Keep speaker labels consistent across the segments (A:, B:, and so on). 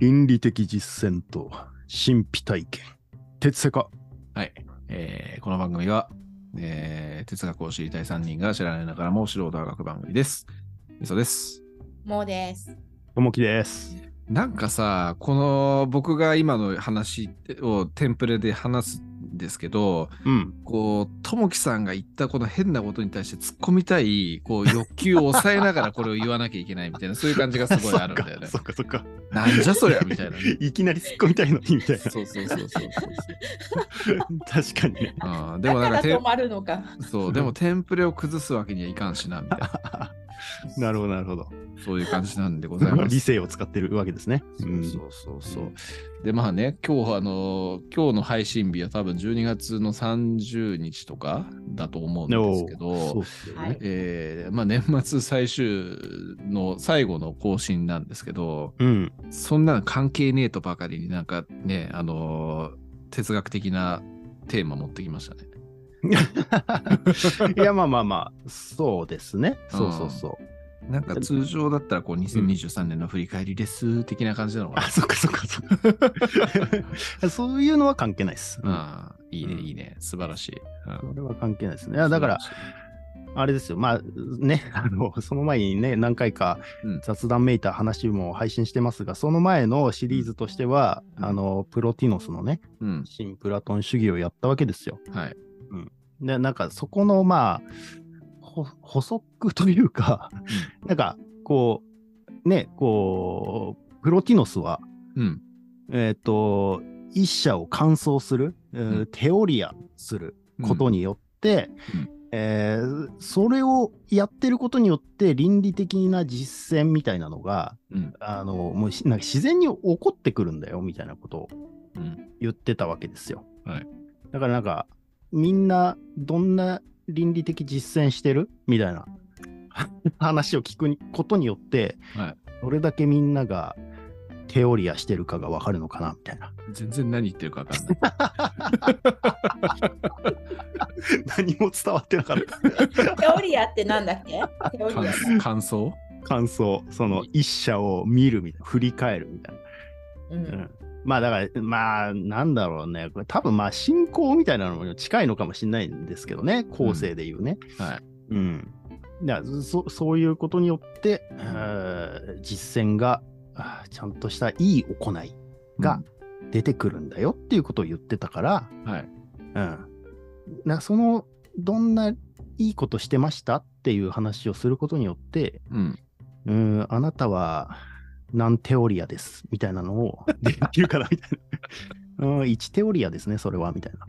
A: 倫理的実践と神秘体験、鉄セカ。
B: はい。えーこの番組は、えー哲学を知りたい3人が知らないながらも素人科学番組です。みそです。
C: もうです。
A: ともきです。
B: なんかさ、この僕が今の話をテンプレで話すんですけど、
A: うん。
B: こう、ともきさんが言ったこの変なことに対して突っ込みたい、こう、欲求を抑えながらこれを言わなきゃいけないみたいな、そういう感じがすごいあるんだよ ね
A: そ。っかそっかそっか。
B: なんじゃそりゃみたいなね。
A: いきなり突っ込みたいのにみたいな。
B: そうそうそうそうそう。
A: 確かにね。
B: うん、で
C: だ
B: も なん
C: から
B: かテン
C: 止まるのか。
B: そう、でもテンプレを崩すわけにはいかんしな、みたいな、
A: なるほど、なるほど。
B: そういう感じなんでござい ます。
A: 理性を使ってるわけですね。ん
B: そうそうそうそう。で、まあね、今日はあの、今日の配信日は多分12月の30日とかだと思うんです
A: お
B: け
A: ーそう
B: ど
A: っ、すよ
C: はい
A: ね。
B: えーまあ年末最終の最後の更新なんですけど、
A: うん。
B: そんなの関係ねえとばかりになんかね、あのー哲学的なテーマ持ってきましたね。
A: いや、まあまあまあ、そうですね。そうそうそう。
B: なんか通常だったらこう2023年の振り返りです的な感じなのか
A: あ、
B: な。
A: そっかそっか そっ か。そういうのは関係ないです。うん
B: ああ、いいね、
A: うん
B: いいね。素晴らしい。うん
A: それは関係ないですね。いやだから、、あれですよ、まあね、 あのその前にね、何回か
B: うん
A: 雑談めいた話も配信してますが、その前のシリーズとしては、
B: うん
A: あのプロティノスのね、
B: うん、
A: 新プラトン主義をやったわけですよ。
B: はい。
A: で、なんかそこの、まあ、ほ補足というか、なんかこう、ね、こう、プロティノスは、
B: うん。
A: えっ、と、一社を完走する、えー
B: うん
A: テオリアすることによって、
B: うん
A: えーそれをやってることによって倫理的な実践みたいなのが、
B: うん
A: あのもうしなんか自然に起こってくるんだよみたいなことを
B: うん。
A: 言ってたわけですよ。
B: はい
A: だからなんかみんなどんな倫理的実践してるみたい な話を聞くことによって、
B: はい
A: どれだけみんながテオリアしてるかが分かるのかなみたいな。
B: 全然何言ってるか分かんない。
A: 何も伝わってなかった。
C: テオリアってなんだっけテオリア
B: 感
C: が。
B: 想感想
A: 感想、その一社を見るみたいな、振り返るみたいな。う
C: う
A: んんまあだから、まあなんだろうね、これ多分まあ信仰みたいなのも近いのかもしれないんですけどね、後世で言うね。
B: はい。
A: うん。だからそそういうことによって、えー実践があーちゃんとしたいい行いが出てくるんだよっていうことを言ってたから、
B: うん、はい。
A: うん。なその、どんないいことしてましたっていう話をすることによって、
B: うん。
A: うーん、あなたは何テオリアですみたいなのをできるかなみたいな。うん、1テオリアですね、それはみたいな。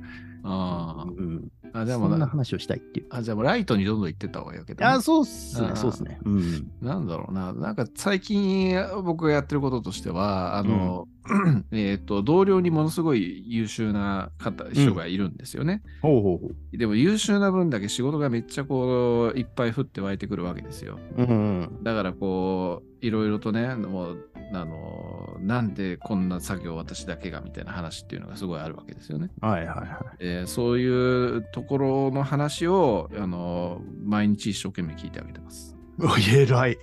B: あ
A: うん、
B: あ。あ、じゃあ
A: そ
B: も
A: んな
B: う、
A: 話をしたいっていう。
B: あ、じゃあもうライトにどんどん言ってった方がいいわけだ、
A: あ
B: ね。
A: そうっす
B: あ
A: ね、
B: ー
A: そうっすね。うん。
B: なんだろうな。なんか最近僕がやってることとしては、あの、 えっと、同僚にものすごい優秀な方、人がいるんですよね。
A: ほうほうほう。
B: でも優秀な分だけ仕事がめっちゃこう、いっぱい降って湧いてくるわけですよ。
A: うんうん、
B: だからこういろいろとねもうあのなんでこんな作業私だけがみたいな話っていうのがすごいあるわけですよね。
A: はいはいは
B: えーそういうところの話をあの毎日一生懸命聞いてあげてます。
A: い。えらい。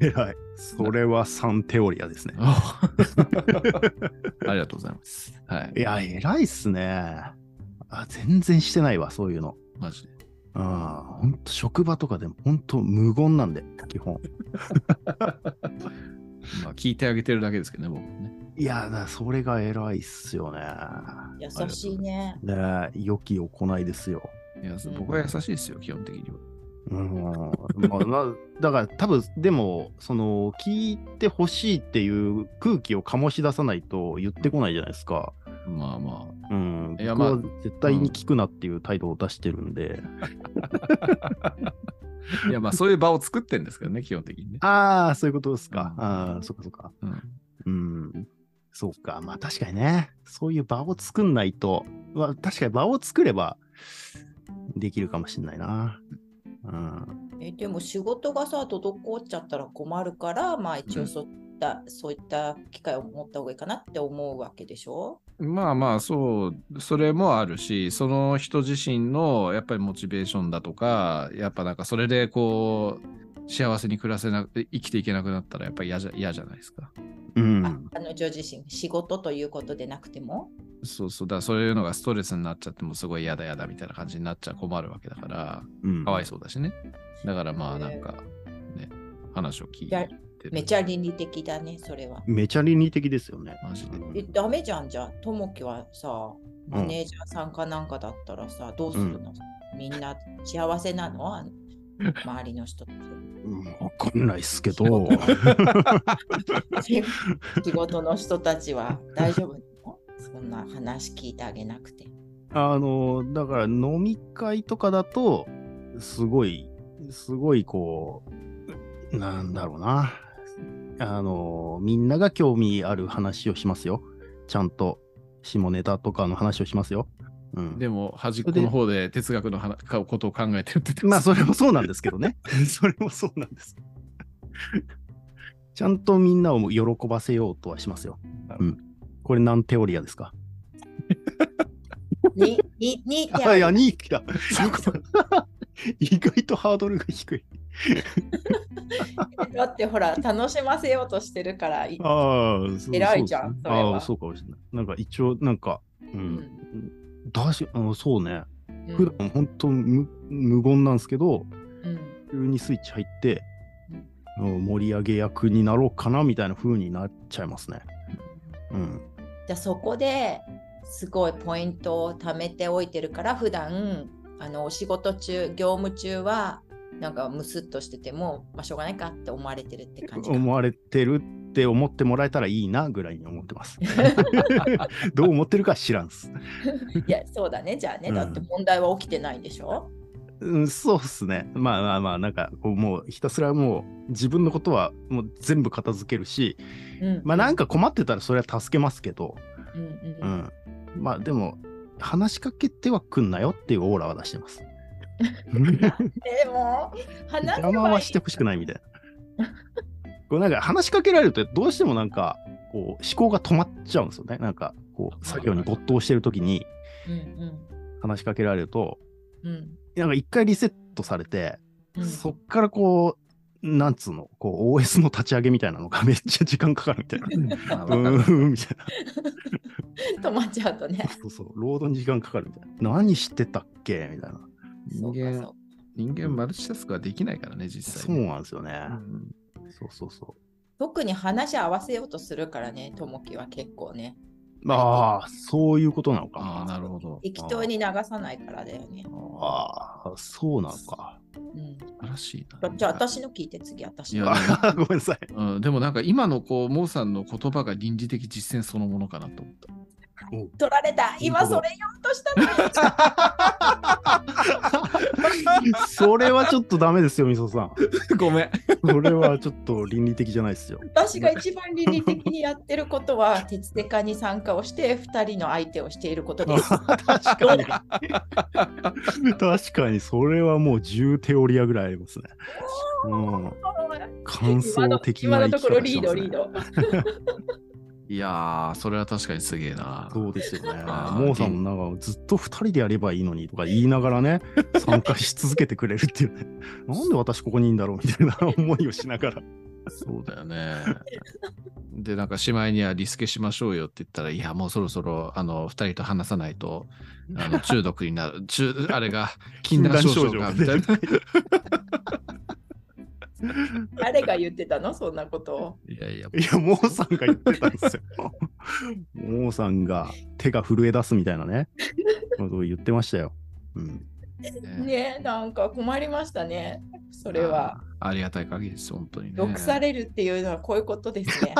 A: えらい。それは3テオリアですね。
B: ありがとうございます。はい
A: い。や、えらいっすね。あ全然してないわ、そういうの。
B: マジで。
A: ああ、ほんと、職場とかでもほんと無言なんで、基本。
B: まあ聞いてあげてるだけですけどね、僕もね。
A: いや、だからそれが偉いっすよね。
C: 優しいね。
A: ねえ良き行いですよ。
B: いや僕は優しいですよ、基本的には。
A: うん、まあなだから多分でもその聞いてほしいっていう空気を醸し出さないと言ってこないじゃないですか。
B: まあま
A: うん、
B: いや
A: 僕は
B: ま
A: 絶対に聞くなっていう態度を出してるんで。
B: あ。いやまあそういう場を作ってんですけどね、基本的にね。
A: ああそういうことですか。
B: うん
A: ああそっかそっか。
B: うん
A: うん、そうか。まあ確かにね、そういう場を作んないと、まあ、確かに場を作ればできるかもしれないな。うん
C: えでも仕事がさ、滞っちゃったら困るから、まあ一応そういった、そういった機会を持った方がいいかなって思うわけでしょ
B: まあまあそうそれもあるしその人自身のやっぱりモチベーションだとかやっぱなんかそれでこう幸せに暮らせな生きていけなくなったらやっぱり嫌じゃ嫌じゃないですか。
A: うん
C: あ彼女自身、仕事ということでなくても。
B: そうそうだ、そういうのがストレスになっちゃってもすごい嫌だ嫌だみたいな感じになっちゃ困るわけだから、
A: うん
B: かわいそうだしね。だからまあなんか、ね、話を聞い
C: いや
B: てる。
C: めちゃ倫理的だね、それは。
A: めちゃ倫理的ですよね。
B: マジで。
C: えダメじゃんじゃん。ともきはさ、
A: うん
C: マネージャーさんかなんかだったらさ、どうするの、みんな幸せなのあの周りの人って。
A: うん、わかんないっすけど、
C: 仕事の人たちは大丈夫なのそんな話聞いてあげな くて。
A: あの、だから飲み会とかだと、すごい、すごいこう、なんだろうな。あの、みんなが興味ある話をしますよ。ちゃんと、下ネタとかの話をしますよ。うん。
B: でも、端っこの方で哲学の話かことを考えてるって言って
A: まあ、
B: た
A: それもそうなんですけどね。 それもそうなんです。 ちゃんとみんなを喜ばせようとはしますよ。うん。これ何テオリアですか
C: に、に、に、
A: あ、いや、2期だ。意外とハードルが低い。
C: だってほら、楽しませようとしてるから、い
A: ああ、そう
C: 偉いじゃ
A: そう
C: ん
A: ですね
C: それは
A: ああ、そうかもしれない。なんか一応、なんか、う。
C: うんん
A: だし、うん、そうね。
C: うん
A: 普段本当無無言なんですけど、
C: うん
A: 急にスイッチ入って、うん盛り上げ役になろうかなみたいな風になっちゃいますね。うん。
C: じゃあそこですごいポイントを貯めておいてるから、普段あのお仕事中、業務中は、なんかムスッとしてても、まあ、しょうがないかって思われてるって感じか。
A: 思われてるって思ってもらえたらいいなぐらいに思って ます。どう思ってるか知らんっす。
C: いや、そうだね、じゃあね、
A: うん
C: だって問題は起きてないんでしょ、
A: うん、そうっすね。まあまあまあ、なんかこうもうひたすらもう自分のことはもう全部片付けるし、
C: うん、
A: まあなんか困ってたらそれは助けますけど、
C: うんう
A: うんん。まあでも、話しかけてはくんなよっていうオーラは出して ます。
C: でも、話せばい
A: 邪
C: い
A: 魔はしてほしくないみたいな。こうなんか話しかけられるとどうしてもなんかこう思考が止まっちゃうんですよね。なんかこう作業に没頭してる時に
C: うん
A: 話しかけられると、
C: うんうん
A: なんか一回リセットされて、
C: うん
A: そっからこう、なんつうの、こう OS の立ち上げみたいなのがめっ ちゃ時間かかるみたいな。
B: あ
A: う
B: わか
A: ーんみたいな。
C: 止まっちゃうとね。
A: そうそう、ロードに時間かかるみたいな。何してたっけみたいな。
C: そうか
B: 人間
C: そうか
B: 人間マルチタスクはできないからね、実際
A: そう
B: に。
A: なんですよね
B: う。ん
A: そうそうそ
C: 特に話合わせようとするからね、ともきは結構ね。
A: う。ああ、そういうことなの
B: ああ、
A: か。
B: なるほど。
C: 適当に流さないからだよね。
B: ああ、
A: ああ、そうなのか。
C: うん、
B: 素晴らしい
C: じゃ
B: な。
C: じゃあ、私の聞いて次、私の
B: いや。
A: あー ごめんなさい。
B: うん、でもなんか今のこう、モーさんの言葉が倫理的実践そのものかなと思った。
C: 取られた今それ言おうとしたのに
A: それはちょっとダメですよ、みそさん。
B: ごめん。
A: それはちょっと倫理的じゃないですよ。
C: 私が一番倫理的にやってることは、鉄デカに参加をして、二人の相手をしていることです。
A: 確
C: ど
A: か
C: う
A: に。
C: だ
A: 確かに、それはもう10テオリアぐらいありますね。うん、感
C: 今
A: 想
C: の
A: 的
C: 今
A: な生
C: の
A: き
C: と
A: 方
C: こ
A: してま
C: ろ
A: す、ね、
C: リード、リード。
B: いやー、それは確かにすげえな。
A: そうですよね。
B: あー
A: モーさんもなんかずっと2人でやればいいのにとか言いながらね、 参加し続けてくれるっていうね。なんで私ここにいるんだろうみたい な思いをしながら。
B: そうだよね。で、なんか、しまいにはリスケしましょうよって言ったら、いや、もうそろそろ、あの、二人と話さないと、あ の、中毒になる、中、あれが、禁断症状が、みたい な。
C: 誰が言ってたのそんなことを。
B: いやいや、
A: いや、モーさんが言ってたんです よ。モーさんが手が震え出すみたいなね、ことを言ってましたよ。うん、
B: ね、
C: ねなんか困りましたね。それは。
B: あー。ありがたい限りです、本当にね。
C: 毒されるっていうのはこういうことで すね。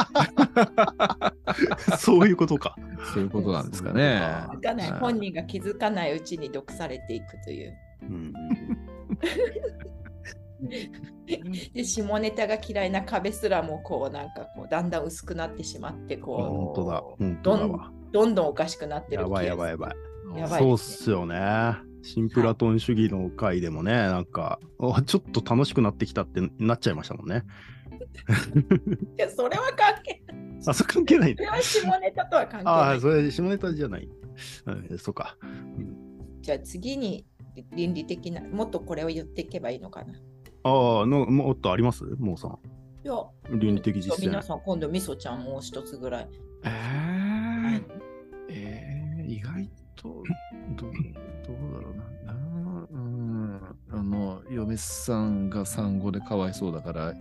A: そういうことか。
B: そういうことなんですかね。
C: 気づかない
B: はい
C: 本人が気づかないうちに毒されていくという。
A: うん、
C: で下ネタが嫌いな壁すらもこうなんかこうだんだん薄くなってしまってこ
A: 本当だ。本当だわ。
C: うどんどんおかしくなってる
A: や
C: 気
A: ば
C: が
A: いやばいやばい。
C: やばい
A: そう
C: で
A: っ
C: す
A: すよね。シンプラトン主義の回でもね、なんか、あちょっと楽しくなってきたってなっちゃいましたもんね。
C: いやそれは関係ない。
A: あ、それ関係ないん
C: そ
A: だ
C: れは下ネタとは関係
A: あ
C: な
A: あ、
C: い。
A: それ下ネタじゃない。うん、そうか。
C: じゃあ次に倫理的なもっとこれを言っていけばいいのかな。
A: ああ、のもっとありますモーさん。
C: いや、
A: 倫理的実践
C: 皆。さん、今度みそちゃんもう一つぐらい。
B: えー、えー、意外とどうどうだろうな。なうん、あの嫁さんが産後でかわいそうだから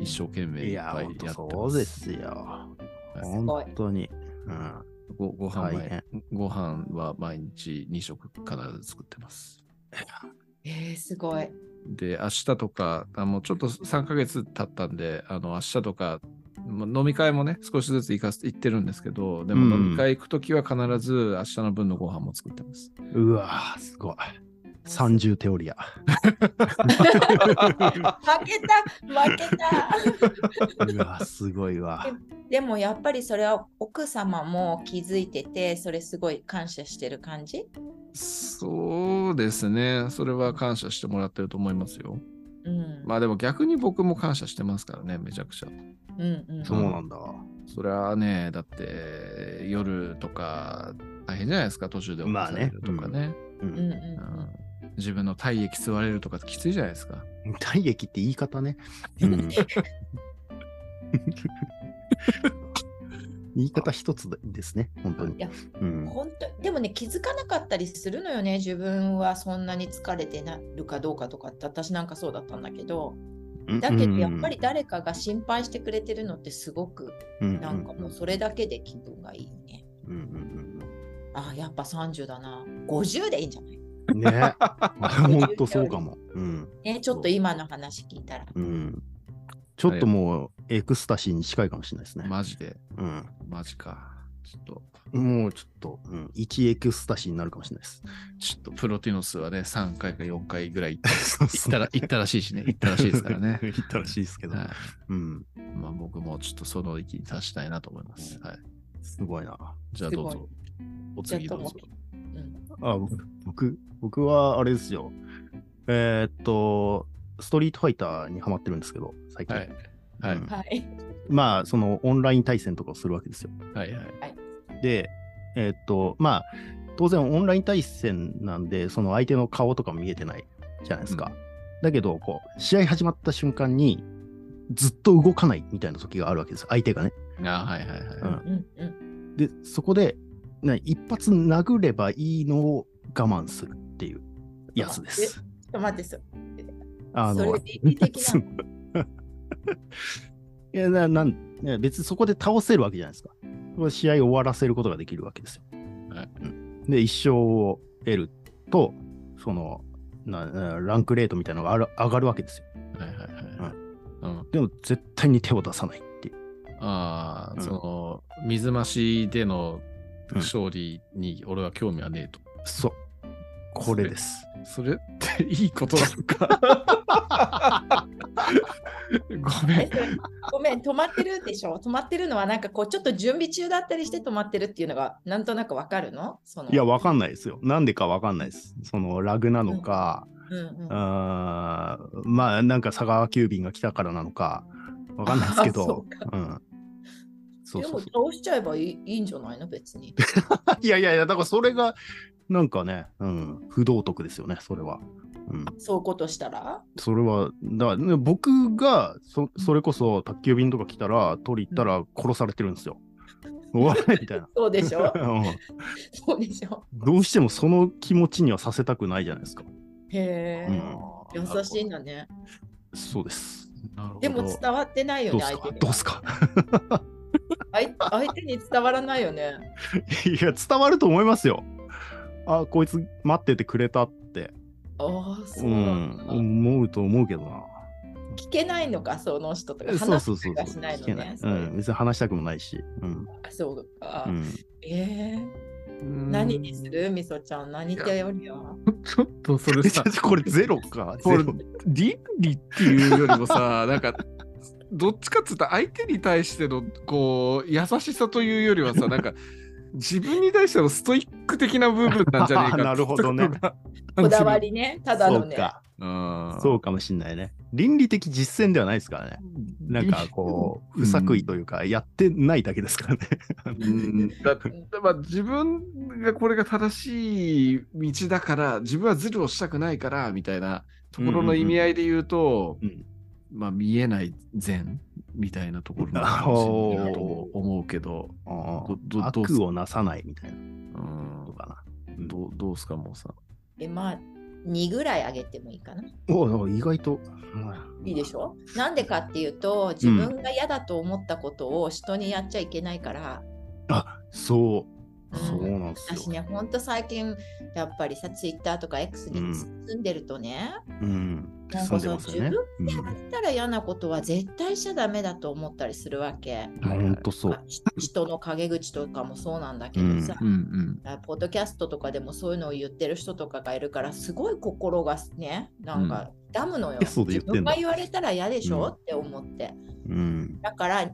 B: 一生懸命
A: い
B: いっ
A: や、
B: ぱいや
A: ほん
B: って
A: と
B: ます。
A: そうですよ。
B: はい。
C: ごい
A: 本当に。うん
B: ごご飯
A: 大
B: 前
A: 変
B: ご飯は毎日2食必ず作ってます。
C: えー、すごい。
B: で、明日とか、あもうちょっと3ヶ月経ったんで、あの明日とか、もう飲み会もね、少しずつ行かす行ってるんですけど、でも
A: うん
B: 飲み会行くときは必ず明日の分のご飯も作ってます。
A: うわすごい。三重テオ リア。
C: 負けた負けた
A: うわすごい わ。
C: でもやっぱりそれは奥様も気づいてて、それすごい感謝してる感じ
B: そうですね、それは感謝してもらってると思いますよ。
C: うん。
B: まあでも逆に僕も感謝してますからね、めちゃくちゃ。
C: うんうん。
A: そうなんだ。
B: それはね、だって夜とか大変じゃないですか、途中で起こされるとかね。
A: う
C: うんうん
A: ん。
B: うん自分の体液吸われるとかきついじゃないですか。
A: 体液って言い方ね。うん、 言い方一つですね、本当
C: い
A: に。
C: や
A: うん、
C: 本当でもね気づかなかったりするのよね自分はそんなに疲れてなるかどうかとかって私なんかそうだったんだけどだけどやっぱり誰かが心配してくれてるのってすごく
A: うん、
C: なんかもうそれだけで気分がいいよね
A: うんうん
C: あやっぱ30だな50でいいんじゃない
A: うんね、本当そうかも。うん
C: ねちょっと今の話聞いたら
A: うん、ちょっともうエクスタシーに近いかもしれないですね。
B: マジで、マジか。ちょっと、
A: うん、もうちょっと、うん、1エクスタシーになるかもしれないです。
B: ちょっとプロティノスはね、3回か4回ぐらい行っ
A: そう。
B: 行ったら、行ったらしいしね、行ったらしいですからね
A: 行ったらしいですけど。
B: は
A: うん、
B: い、まあ僕もちょっとその域に達したいなと思います。はい、
A: すごいな。
B: じゃあどう
C: す
B: ぞ。お次どうぞ。
C: うん
A: あ、僕僕、僕はあれですよ。えーっと、ストリートファイターにハマってるんですけど、最近。
B: はい。はい。
A: うん
C: はい
A: まあ、そのオンライン対戦とかをするわけですよ。
B: はいはい。
A: で、えーっと、まあ、当然オンライン対戦なんで、その相手の顔とかも見えてないじゃないですか。だけど、こう、試合始まった瞬間に、ずっと動かないみたいな時があるわけです。相手がね。
B: あはいはいはい。
A: うん
C: うんうん
A: で、そこで、な一発殴ればいいのを我慢するっていうやつです。
C: ちょっと待ってそ
A: あ
C: そ
A: の
C: れ、倫理的な
A: いやななんいや別にそこで倒せるわけじゃないですか。これ試合を終わらせることができるわけですよ。
B: はい
A: うんで、一勝を得ると、そのななランクレートみたいなのがある上がるわけですよ。
B: はいはいはい。うん、
A: でも絶対に手を出さないっていう。
B: ああ、
A: うん
B: その、水増しでの
A: うん
B: 勝利に俺は興味はねえと。
A: そう。これです。
B: それっていいことなのか。ごめ
C: え
B: ん。
C: それごめん止まってるでしょ 止まってるのはなんかこうちょっと準備中だったりして止まってるっていうのがなんとなくわかるのその
A: いや、わかんないですよ。なんでかわかんないです。そのラグなのか、
C: うんうん
A: あーまあなんか佐川急便が来たからなのかわかんないですけ
C: あそ
A: ど
C: う。
A: うんそうそうそ
C: でも倒しちゃえばいいいいんじゃないの別に。
A: ういやいやいやだからそれがなんかね、うん、不道徳ですよねそれは。うん、
C: そういうことしたら。
A: それはだからね僕がそそれこそ宅急便とか来たら取り行ったら殺されてるんですよ。終わらないみたいな。
C: そうでしょ
A: うん
C: そうでしょ
A: どうしてもその気持ちにはさせたくないじゃないですか。
C: へえ、
A: うん
C: 優しいんだね。
A: そうです。
B: なるほど。
C: でも伝わってないよ
A: どう
C: ね、
A: す
C: 相手
A: か
C: に
A: どう
C: は。
A: すか
C: 相相手に伝わらないよね。
A: いや伝わると思いますよ。あこいつ待っててくれたって
C: ああ、そううなん
A: ん
C: だ、
A: 思うと思うけどな。
C: 聞けないのか、その人とか。
A: そう
C: 話
A: そうそう
C: が
A: そ
C: し
A: う。
C: ない
A: 聞
C: の
A: けない
C: ね。。
A: う、
C: そうん
A: 別に話したくもないし。うん。
C: そうか。
A: うん、
C: ええ何にするみそちゃん、何手よりは。
B: ちょっとそれ
A: これゼロか。
B: こ
A: ゼ
B: れ
A: ロ。
B: 倫理っていうよりもさ、 なんか、どっちかっつうと相手に対しての、こう、優しさというよりはさ、なんか、自分に対してのストイック的な部分 なんじゃねえか
A: なるほどね
B: ってことが
C: こだわ。りね、ただ
A: そ
C: の
A: う
C: ね。
A: か。
B: うん。
A: そうかもしんないね。倫理的実践ではないですからね。なんかこう、不作為というか、やってないだけですからね。
B: うんだまあ、自分がこれが正しい道だから自分はズルをしたくないからみたいなところの意味合いで言うと、
A: うんうんうん
B: まあ見えない善みたいなところなのかもしれないなと思うけど、
A: あ
B: どど
A: あ
B: どうす
A: 悪をなさないみたいな
B: うん
A: こと、か
B: どうどうすかもうさん。
C: え、まあ、2ぐらい上げてもいいかな。
A: な。おお意外と。
C: いいでしょなんでかっていうと、自分が嫌だと思ったことを人にやっちゃいけないから、
A: あそうう。
C: ん
A: そうなんです
C: 私
A: よ。
C: ね、ほんと最近、やっぱりさ、Twitter とか X に
A: うん
C: 住んでるとね、
A: うん。
C: なん
A: 住
C: か
A: んで
C: その
A: ますよね。う
C: 自分がやったら嫌なことは絶対しちゃダメだと思ったりするわけ。
A: ん。ほんとそう。
C: ひ人の陰口とかもそうなんだけ
A: うん
C: どさ、
B: うんうん。
C: あポッドキャストとかでもそういうのを言ってる人とかがいるから、すごい心がね、なんかダムのよ。
A: えそうで言
C: 自
A: ってん
C: 分
A: だ
C: が言われたら嫌でしょ、
A: うん
C: って思って。
A: うん。
C: だから、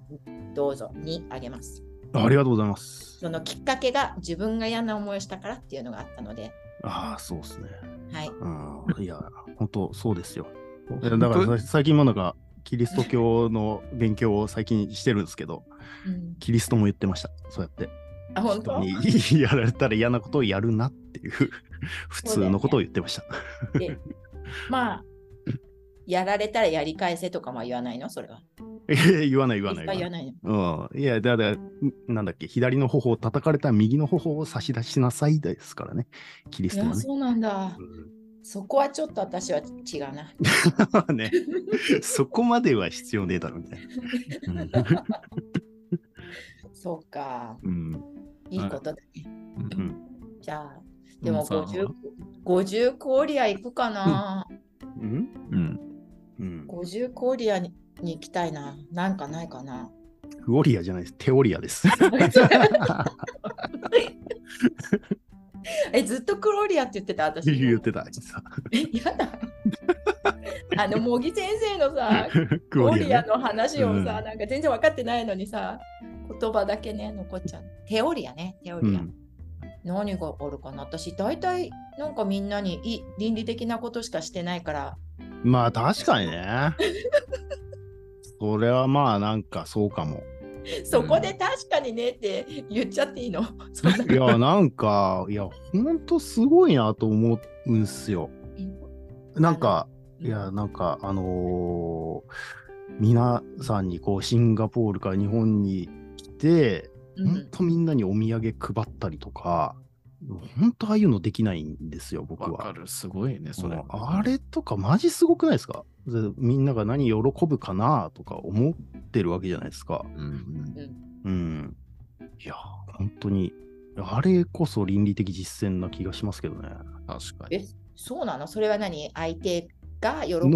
C: どうぞにあげます。
A: ありがとうございます
C: そ。のきっかけが自分が嫌な思いをしたからっていうのがあったので、
A: ああ、そうですね。
C: はい。
A: うん。いや、ほんとそうですよ。いやだからさ最近もなんか、キリスト教の勉強を最近してるんですけど、
C: うん、
A: キリストも言ってました。そうやって。
C: あ本当
A: 人にやられたら嫌なことをやるなっていう、 普通のことを言ってました。
C: でまあ、やられたらやり返せとかも言わないのそれは。
A: 言わない言わないい
C: っぱい
A: 言わ
C: 言わ
A: ない。
C: ないの。
A: うん、いや、だから、なんだっけ、左の頬を叩かれたら右の頬を差し出しなさいですからね、キリ
C: い
A: スト
C: や、
A: はね。
C: そうなんだ。
A: う
C: そこはちょっと私は違うな。
A: ん ねそこまでは必要ねえだろみたいな。
C: そうか。
A: うん、
C: いいことだね。
A: うん、
C: じゃあ、でも
B: もうさ
C: 50、50コリア行くかな、
A: うん、
B: うん。
A: うん。
C: ?50 コリアにに行きたいな。なんかないかな
A: クオリアじゃないです、テオリアです。
C: え、ずっとクロリアって言ってた、私。
A: 言ってた、実は。
C: え やだ。あの、茂木先生のさ、
A: ク
C: オ
A: オ
C: リ
A: リ
C: ア
A: ア、
C: の話をさ、
A: うん
C: なんか全然分かってないのにさ、言葉だけね、残っちゃう。テオリアね、テオ
A: う
C: リア。
A: ん。
C: 何があるかな私、大体、なんかみんなにいい倫理的なことしかしてないから、
A: まあ、確かにね。それはまあ、なんかそうかも。
C: そこで確かにねって言っちゃっていいの、そんない
A: や、なんか、いや、ほんとすごいなと思うんすよ。なんか、いや、なんか、あのー皆さんにこう、シンガポールから日本に来て、
C: う
A: ほん
C: ん、
A: とみんなにお土産配ったりとか、ほんとああいうのできないんですよ、僕
B: わか
A: は。
B: る、すごいね、それ
A: もう。あれとか、マジすごくないですかでみんなが何喜ぶかなとか思ってるわけじゃないですか。
B: うんう
A: う
B: ん
A: ん。いや、本当に、あれこそ倫理的実践な気がしますけどね。
B: 確か
C: え
B: に。
C: そうなのそれは何相手が喜ぶか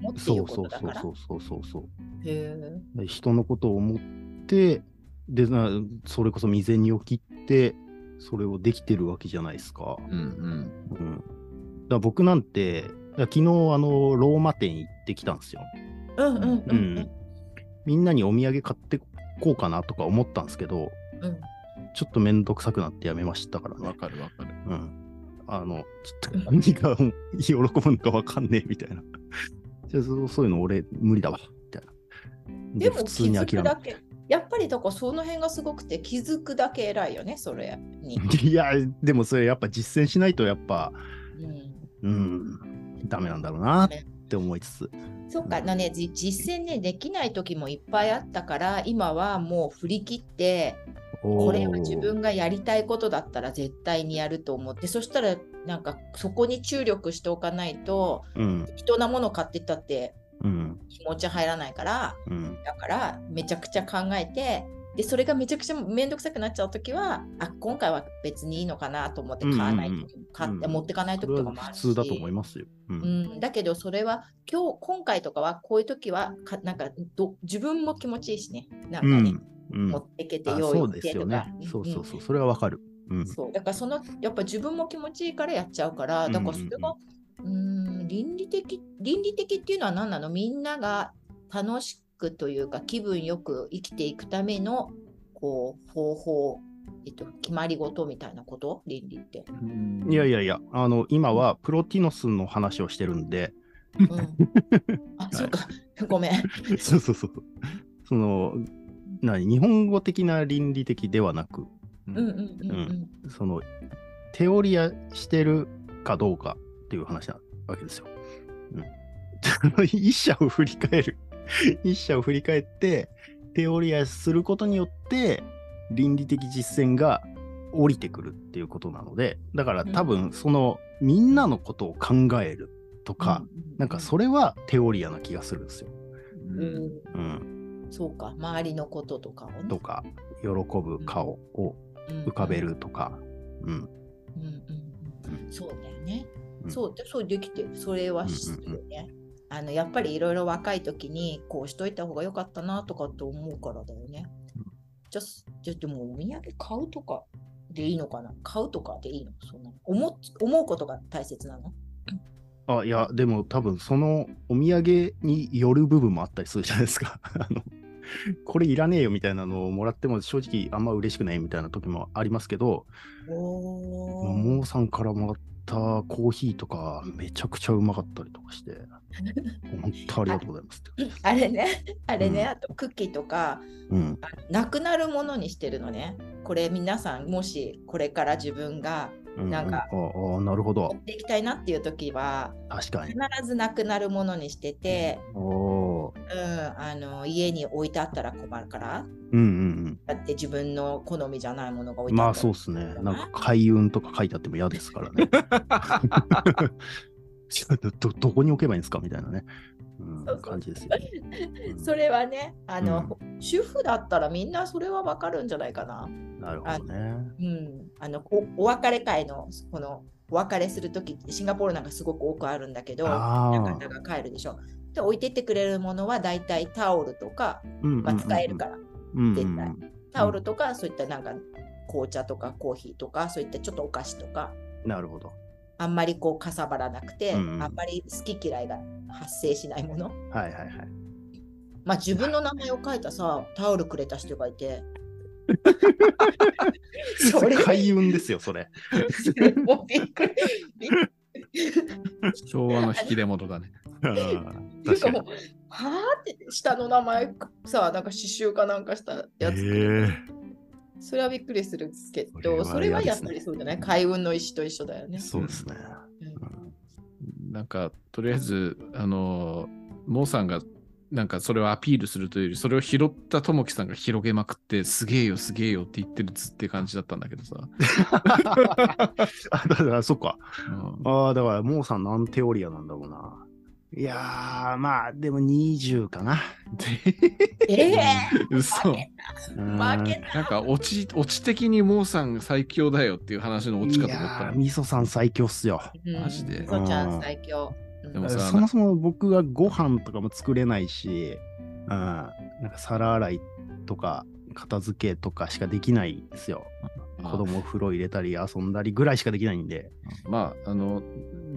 C: もってい
A: そううそ
C: こ
A: う
C: とだ
A: そ
C: か
A: う
C: ら。
A: そうそうそうそ
C: へえ
A: う。人のことを思って、で、なそれこそ未然に起きって、それをできてるわけじゃないですか。
B: うんうん。
A: うん。だから僕なんて、だから昨日、あの、ローマ店行ってきたんですよ。
C: うんうんう
A: うんん。みんなにお土産買ってこうかなとか思ったんですけど、
C: うん。
A: ちょっとめんどくさくなってやめましたからね。
B: わかるわかる。
A: うん。あの、ちょっと何が喜ぶのかわかんねえみたいな。 じゃあそうそういうの俺無理だわ、みたいな。
C: でも気づく
A: め
C: だけ。やっぱりだからその辺がすごくて気づくだけ偉いよね、それに。
A: いや、でもそれやっぱ実践しないとやっぱ、
C: うん、
A: うん、ダメなんだろうなって思いつつ。
C: そっか、なね、じ実践ね、できない時もいっぱいあったから、今はもう振り切って、これは自分がやりたいことだったら絶対にやると思ってそしたらなんかそこに注力しておかないと
A: うん、
C: 適当なもの買ってったって
A: うん、
C: 気持ち入らないから
A: うん、
C: だからめちゃくちゃ考えてでそれがめちゃくちゃ面倒くさくなっちゃう時はあ今回は別にいいのかなと思って買わない時も、
A: うん
C: 買って
A: うん
C: 持ってかない
A: そ
C: 時
A: れは
C: とかもあ
A: 普
C: るし
A: 通だと思いますよ。う、
C: うんん、だけどそれは今日今回とかはこういう時はかなんかど自分も気持ちいいしねなん
A: う
C: かね、
A: ん、うん
C: 持ってけて
A: あ
C: 用
A: そ
C: 意
A: う
C: し
A: です
C: て
A: よ
C: とか
A: ね。そうそう
C: う
A: そう、それはわかる。うん、
C: そうだからそのやっぱ自分も気持ちいいからやっちゃうからだからそれがうーん倫理的倫理的っていうのは何なのみんなが楽しくというか気分よく生きていくためのこう方法、えっと、決まり事みたいなこと倫理って。
A: いやい
B: や、
A: やいや、あの、今はプロティノスの話をしてるんで、
C: うん、あそうか ごめん。
A: そうそうそう。その、何、日本語的な倫理的ではなく、
C: うんうんうんうん
A: その、テオリアしてるかどう かっていう話なわけですよ。うん。その、一社を振り返る 一社を振り返って、手折り合いすることによって、倫理的実践が降りてくるっていうことなので、だから多分、その、みんなのことを考えるとか、なんかそれはテオリアな気がするんですよ。
B: う
C: う
B: ん
C: ん、
A: うん。
C: そうか、周りのこととかをね。
A: とか、喜ぶ顔を浮かべるとか。うん。
C: うんうんうんうん。そうだよね。
A: うん
C: そうでそうできてるそれはするよね。あのやっぱりいろいろ若い時にこうしといた方が良かったなとかって思うからだよね
B: うん。
C: じゃあすじゃあでもお土産買うとかでいいのかな買うとかでいいのそんな思っ思うことが大切なの
A: あ、いや、でも多分そのお土産による部分もあったりするじゃないですか。 あの、これいらねえよみたいなのをもらっても正直あんま嬉しくないみたいな時もありますけど、
C: お
A: 桃さんからもらったコーヒーとかめちゃくちゃうまかったりとかして、本当ありがとうございますって。
C: あれねあれね、
A: うん
C: あとクッキーとか
A: うん。
C: なくなるものにしてるのねこれ皆さんもしこれから自分が
A: うう
C: なんか
A: ああ、なるほど
C: 持っ。ていきたいなっていう時は
A: 確かに
C: 必。ずなくなるものにしてて、
A: おおー。
C: うん、あの家に置いてあったら困るから
A: うんうん
C: だって自分の好みじゃないものが
A: う
C: 置い
A: ん。
C: て
A: ま
C: あ
A: あ
C: った
A: そう
C: ら
A: っすね。なんか開運とか書いてあっても嫌ですからね。ちょっとど どこに置けばいいんですかみたいなね、うん
C: そうそう
A: 感じですよね。う ん
C: それはねあの、主婦だったらみんなそれはわかるんじゃないかな、
A: なるほどね。
C: うん、あのおお別れ会のこのお別れする時ってシンガポールなんかすごく多くあるんだけど
A: あー
C: なかなか帰るでしょで置いてってくれるものはだいたいタオルとか、
A: うんうんうん
C: まあ、使えるから、
A: うんうんう
C: 絶対
A: ん
C: タオルとかそういったなんか紅茶とかコーヒーとかそういったちょっとお菓子とか
A: なるほど。
C: あんまりこうかさばらなくて、
A: うん
C: あんまり好き嫌いが発生しないもの。
A: はいはいはい。
C: まあ自分の名前を書いたさ、タオルくれた人がいて。それ
A: 開運ですよ、それ。
C: もうびっくり。びっくり
B: 昭和の引き出物だね。
A: うん
C: ていう
A: 確
C: か
A: か
C: も
A: に
C: う。、はあって下の名前さ、なんか刺繍かなんかしたやつ。それはびっくりするけど、そ
A: そ
C: れ
A: れ
C: は
A: は嫌
C: や
A: で
C: っ
A: すね
C: ぱりそうじゃない開運の石と一緒だよね。
A: そうですね。
B: なんか、とりあえず、あの、モーさんが、なんかそれをアピールするというより、それを拾ったともきさんが広げまくって、すげえよ、すげえよって言ってるつって感じだったんだけどさ。
A: あだから、そっか。
B: うん
A: ああ、だから、モーさん、なんテオリアなんだろうな。いやー、まあ、でも20かな。
C: ええ
B: 嘘
A: うん
C: 負け
B: なんかオチ、オチ的にモーさん最強だよっていう話のオチかと思った
A: いや
B: ら
A: ー、みそさん最強っすよ。
C: た。
B: マジで
C: うんそうちゃん最強。うん
B: でもさ
A: そもそも僕がご飯とかも作れないし、うん、なんか皿洗いとか片付けとかしかできないんですよ。
B: まあ
A: 子供お風呂入れたり遊んだりぐらいしかできないんで。
B: まあ、あの、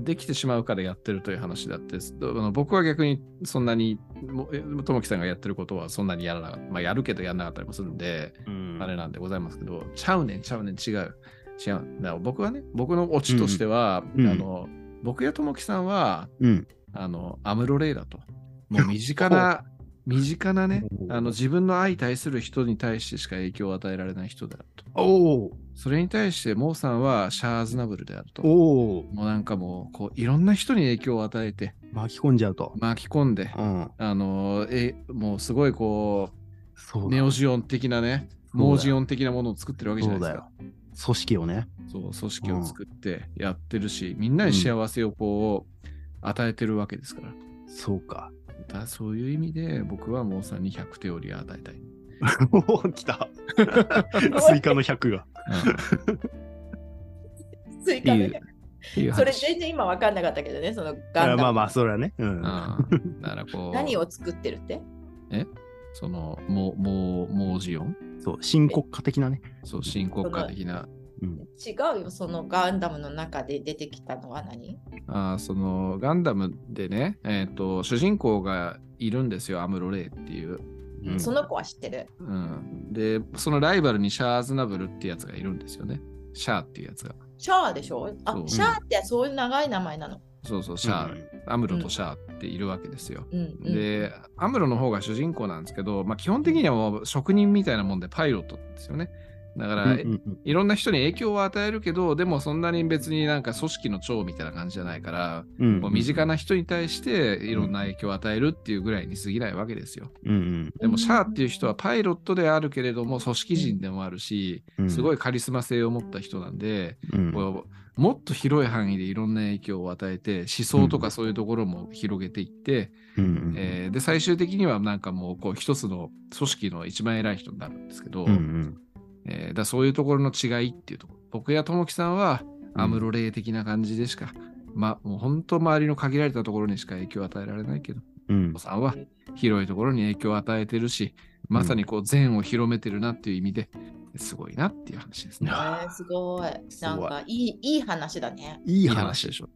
B: できてしまうからやってるという話だって、すあの僕は逆にそんなに、もえともきさんがやってることはそんなにやらなかった、まあ、やるけどやらなかったりもするんで、
A: うん
B: あれなんでございますけど、ちゃうねん、ちゃうねん、違う。違う。だから僕はね、僕のオチとしては、
A: うん
B: あの、僕やともきさんは、
A: うん。
B: あの、アムロレイだと。もう身近な、身近なね
A: お、う
B: あの自分の相対する人に対してしか影響を与えられない人であると。
A: おー
B: それに対して、モーさんはシャーズナブルであると。
A: おー
B: もうなんかもう、こう、いろんな人に影響を与えて、
A: 巻き込んじゃうと。
B: 巻き込んで、
A: うん。
B: あのー、え、もうすごいこ、
A: そうう
B: ネ
A: だ
B: オジオン的なね、
A: そうだよ
B: モージオン的なものを作ってるわけじゃ
A: そ
B: ないう
A: だ
B: ですか
A: よ。。組織をね。
B: そう、組織を作ってやってるし、みんなに幸せをこう、与えてるわけですから。
A: そう か。
B: だそういう意味で、僕はモーさんに100手折り与えたい。
A: おお、来た。追加の100が。
B: うん
C: スイ
B: って
C: カ
B: い
C: の
B: うっていう話。
C: それ全然今わかんなかったけどね、そのガンダ
A: あ
C: ム
A: まあまあ、それはね。うん。
B: うんだからこう、
C: 何を作ってるって
B: その、もう、もう、モージオン
A: そう、新国家的なね。
B: そう、新国家的な。
A: うん。
C: 違うよ、そのガンダムの中で出てきたのは何
B: あーそのガンダムでね、えーと、主人公がいるんですよ、アムロ・レイっていう。
A: うん
C: その子は知ってる。
B: うん、で、そのライバルにシャーズナブルってやつがいるんですよね。シャーっていうやつが。
C: シャアでしょあ
B: そ、う
C: シャアってそういう長い名前なの。
B: そうそう、シャー、アムロとシャーっているわけですよ。
C: うんうん、
B: で、アムロの方が主人公なんですけど、まあ、基本的にはもう職人みたいなもんでパイロットなんですよね。だか
A: う
B: ら、
A: んうんうん
B: いろんな人に影響を与えるけど、でもそんなに別になんか組織の長みたいな感じじゃないから、
A: うん
B: もう身近な人に対していろんな影響を与えるっていうぐらいに過ぎないわけですよ。
A: うん
B: でもシャーっていう人はパイロットであるけれども組織人でもあるし、
A: うん
B: すごいカリスマ性を持った人なんで、
A: うん
B: こうもっと広い範囲でいろんな影響を与えて思想とかそういうところも広げていって、
A: うんうん
B: えーで最終的にはなんかもうこう一つの組織の一番偉い人になるんですけど、
A: うんうん
B: えーだからそういうところの違いっていうところ僕やともきさんはアムロレイ的な感じでしか、ま、もう本当周りの限られたところにしか影響を与えられないけど
A: うん
B: おさんは広いところに影響を与えてるしまさにこう善を広めてるなっていう意味ですごいなっていう話ですね。
C: えーす ごい。
A: すご
C: ないんかいいいい話だね。
A: いい
B: い
A: 話
B: でしょ。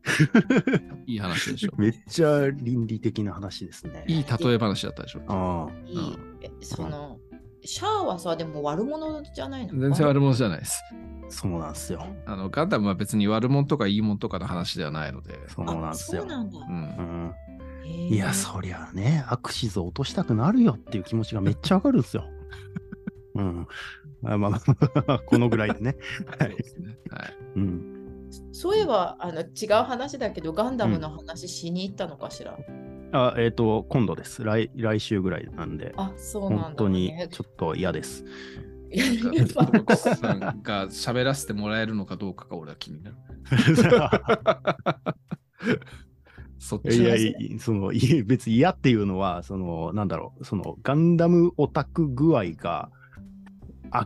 B: いい話でしょ。
A: めっちゃ倫理的な話ですね。
B: いい例え話だったでしょ。
A: ああ
C: いい。えそのシャアはさ、でも悪者じゃないの
B: 全然悪者じゃないです。
A: そうなんすよ。
B: あのガンダムは別に悪者とかいいもんとかの話ではないので。
A: そうなん
C: あ
A: す
C: そ
A: よ
C: う。なんだ。
B: うん
A: うん
C: へー
A: いや、そりゃあね、アクシズを落としたくなるよっていう気持ちがめっちゃわかるんですよ。うん。あまあまあまあまあ、 このぐらいでね。は
B: そう
A: い。
B: ですねはい
A: うん。
C: そういえばあの違う話だけど、ガンダムの話しに行ったのかしら。
A: あ、えっ、と、今度です。来、来週ぐらいなんで。
C: あ、そうなんだ、ね。
A: 本当にちょっと嫌です。
C: いや
B: なんかトモコさんが喋らせてもらえるのかどうかが俺は気になる。そっ
A: い
B: ち
A: やいや、その、い別に嫌っていうのは、その、なんだろう、その、ガンダムオタク具合が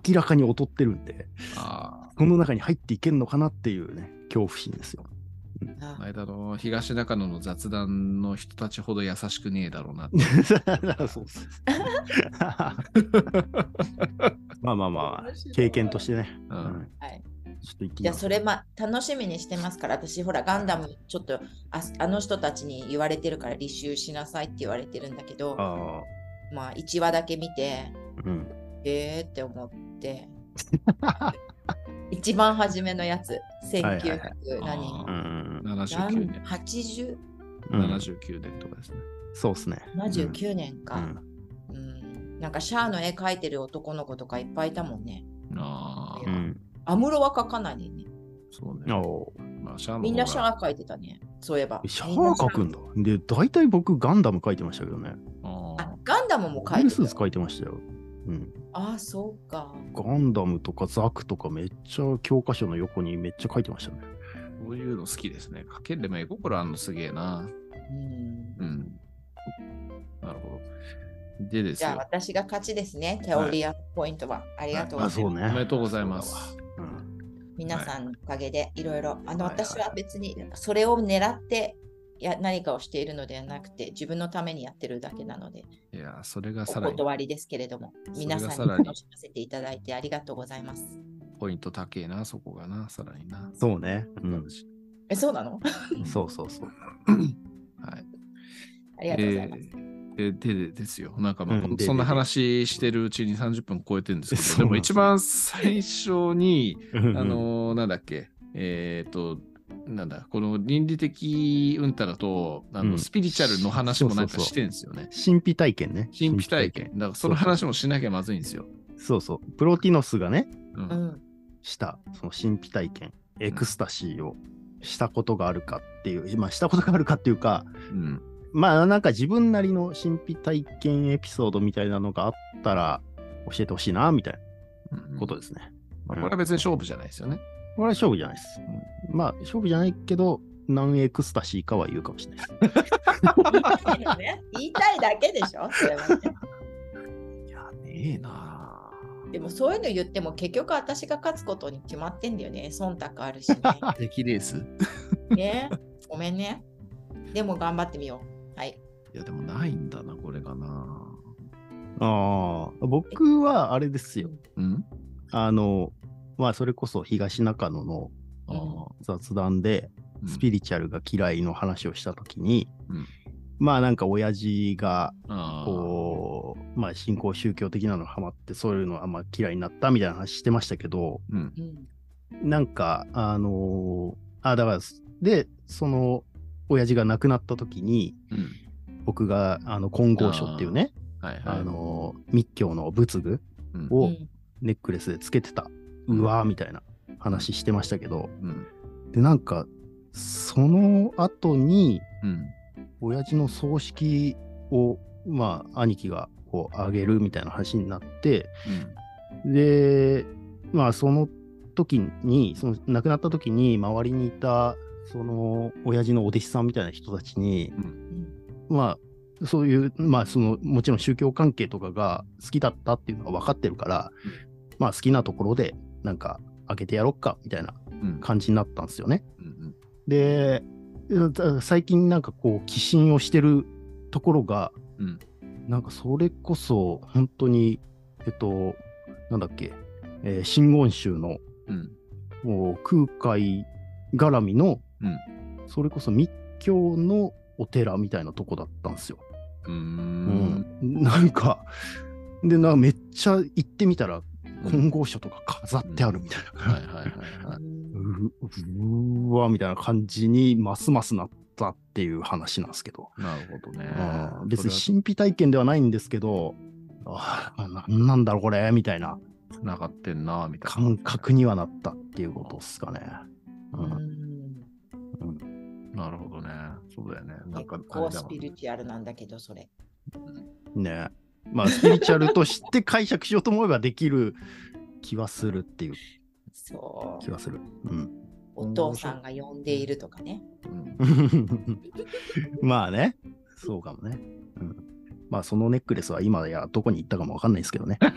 A: 明らかに劣ってるんで、
B: あー
A: この中に入っていけるのかなっていうね、恐怖心ですよ。
C: あ
B: この間の東中野の雑談の人たちほど優しくねえだろうなって。
A: そうっすまあまあ まあ、経験としてね、
B: う
A: うんん
C: はい
A: ちょっと行き
C: じゃあ
A: ます。
C: それ、ま、楽しみにしてますから私ほらガンダムちょっとああの人たちに言われてるから履修しなさいって言われてるんだけど
A: あ
C: まあ1話だけ見て
A: ーうん、
C: えーって思って 一番初めのやつ
A: はいはい
C: 1900
A: はい
C: 何
A: う
B: あ
A: ん
B: 79
C: 何
B: 年。
C: 80
A: うん、
B: 79年とかですね。
A: そうっすね。
C: 79年
A: う
C: か、
A: ん
C: うんなんかシャアの絵描いてる男の子とかいっぱいいたもんね
B: あ
A: う
B: あ、
A: ん
C: アムロは描かないでね
B: そう
A: うん、
B: ね。
A: おー
B: まあ、シャアの方が
C: みんなシャア描いてたねそういえば
A: シャア描くんだ。で、大体僕、ガンダム描いてましたけどね。
B: あ
C: あ
B: あ
C: ガンダムも
A: ブ
C: 描い
A: ルー
C: て
A: スー
C: る
A: ツ描いてましたよ。うん、
C: ああ、そうか。
A: ガンダムとかザクとかめっちゃ教科書の横にめっちゃ書いてましたね。
B: こういうの好きですね。かけるでも絵心あんのすげえな。
C: うん
B: うん。なるほど。でです
C: じゃあ
B: よ。
C: 私が勝ちですね、テオリアポイントは。ありがとうご
A: あ、
C: ざい
A: そう
C: ます。
A: ね。
B: おめでとうございます。
A: うん。
C: 皆さんのおかげでいろいろ、あの
A: はいはい
C: 私は別にそれを狙ってや何かをしているのではなくて、自分のためにやってるだけなので、
B: いや、それが
C: お
B: さらに
C: 断りですけれども、
B: それが
C: 皆さ
B: さ
C: ん
B: ら
C: に
B: に
C: 楽しませていただいてありがとうございます。
B: ポイント高えな、そこがな、さらにな。
A: そうね。うん。
C: え、そうなの
A: そうそうそう。
B: はい。
C: ありがとうございます。
B: えーでででですよ。なんかまあ、
A: うん
B: ほんと
A: で
B: そんな
A: で
B: 話してるうちに30分超えてるんですけ
A: そう
B: ど、で
A: なん
B: も
A: です
B: 一
A: よ
B: 番最初に、
A: あ
B: あ、のーなんだっけ、えっ、と、なんだ、この倫理的うんたらと、あ
A: う
B: の
A: ん
B: スピリチュアルの話もなん
A: そうそうそ
B: か
A: う
B: してるんですよね。
A: 神秘体験ね。
B: 神秘体験。だからその話もしなきゃまずいんですよ。
A: そうそう。プロティノスがね、
B: う。
C: うんん、
A: した、その神秘体験、エクスタシーをしたことがあるかっていう、まあ、したことがあるかっていうか、
B: うん。
A: まあ、なんか自分なりの神秘体験エピソードみたいなのがあったら、教えてほしいな、みたい
B: うん
A: なことですね。
B: まあこれは別に勝負じゃないですよね。
A: これは勝負じゃないです。まあ、勝負じゃないけど、何エクスタシーかは言うかもしれないです。
C: 言いたいだけでしょそれはね
B: いや、ねえな
C: でもそういうの言っても結局私が勝つことに決まってんだよね。忖度あるしね。
B: あ。敵レース
C: ねごめんね。でも頑張ってみよう。はい。
B: いや、でもないんだな、これがな。
A: ああ、僕はあれですよ。
B: うん
A: あの、まあ、それこそ東中野の
B: ああ。
A: 雑談で、スピ
B: リ
A: リチュアルが嫌いの話をしたときに、
B: うん
A: まあなんか親父が
B: あ
A: こう、まあ信仰宗教的なのハマってそういうのあんま嫌いになったみたいな話してましたけど、
B: う。うん。
C: うん。
A: なんかあのーあだからでその親父が亡くなった時に
B: うん。
A: 僕があの金剛書っていうね
B: はいはい。
A: あ、のー密教の仏具
B: うん、
A: を
C: うん
A: ネックレスでつけてたうわーみたいな話してましたけど、
B: うん。
A: で、なんか、その後に、
B: うん。
A: 親父の葬式を、まあ、兄貴がこうあげるみたいな話になって、で、まあ、その時に、その亡くなった時に、周りにいた、その、親父のお弟子さんみたいな人たちに、まあ、そういう、まあ、その、もちろん宗教関係とかが好きだったっていうのが分かってるから、
B: うん
A: まあ、好きなところで、なんか、あげてやろっか、みたいな
B: うん。うん。
A: 感じになったんですよね。
B: うん。
A: で、だ最近なんかこう、寄進をしてるところが、
B: うん
A: なんかそれこそ、本当に、えっと、なんだっけ、えー真言宗の
B: うん。
A: もう空海絡みの、
B: うん
A: それこそ密教のお寺みたいなとこだったんですよ。
B: うん。うん。
A: なんか、で、なんかめっちゃ行ってみたら、金剛書とか飾ってあるみたいな。
B: はいはいはいは
C: う
B: い。
A: うんううわみたいな感じにますますなったっていう話なんですけど、
B: なるほどね
A: うん。別に神秘体験ではないんですけどああなんなんだろうこれみたいな
B: つながってんな、みたいな。
A: 感覚にはなったっていうことですかね、う
C: うんん
A: うん
B: なるほどね。そうだよね。なんか、
C: 結構ス
B: もん
C: ピリチュアルなんだけど、それ。
A: ねまあスピリチュアルとして解釈しようと思えばできる気はするっていう
C: そう
A: 気。はする、うん、
C: お父さんが呼んでいるとかね。
B: うん
A: まあねそうかもね、うん、まあそのネックレスは今やどこに行ったかもわかんないですけどね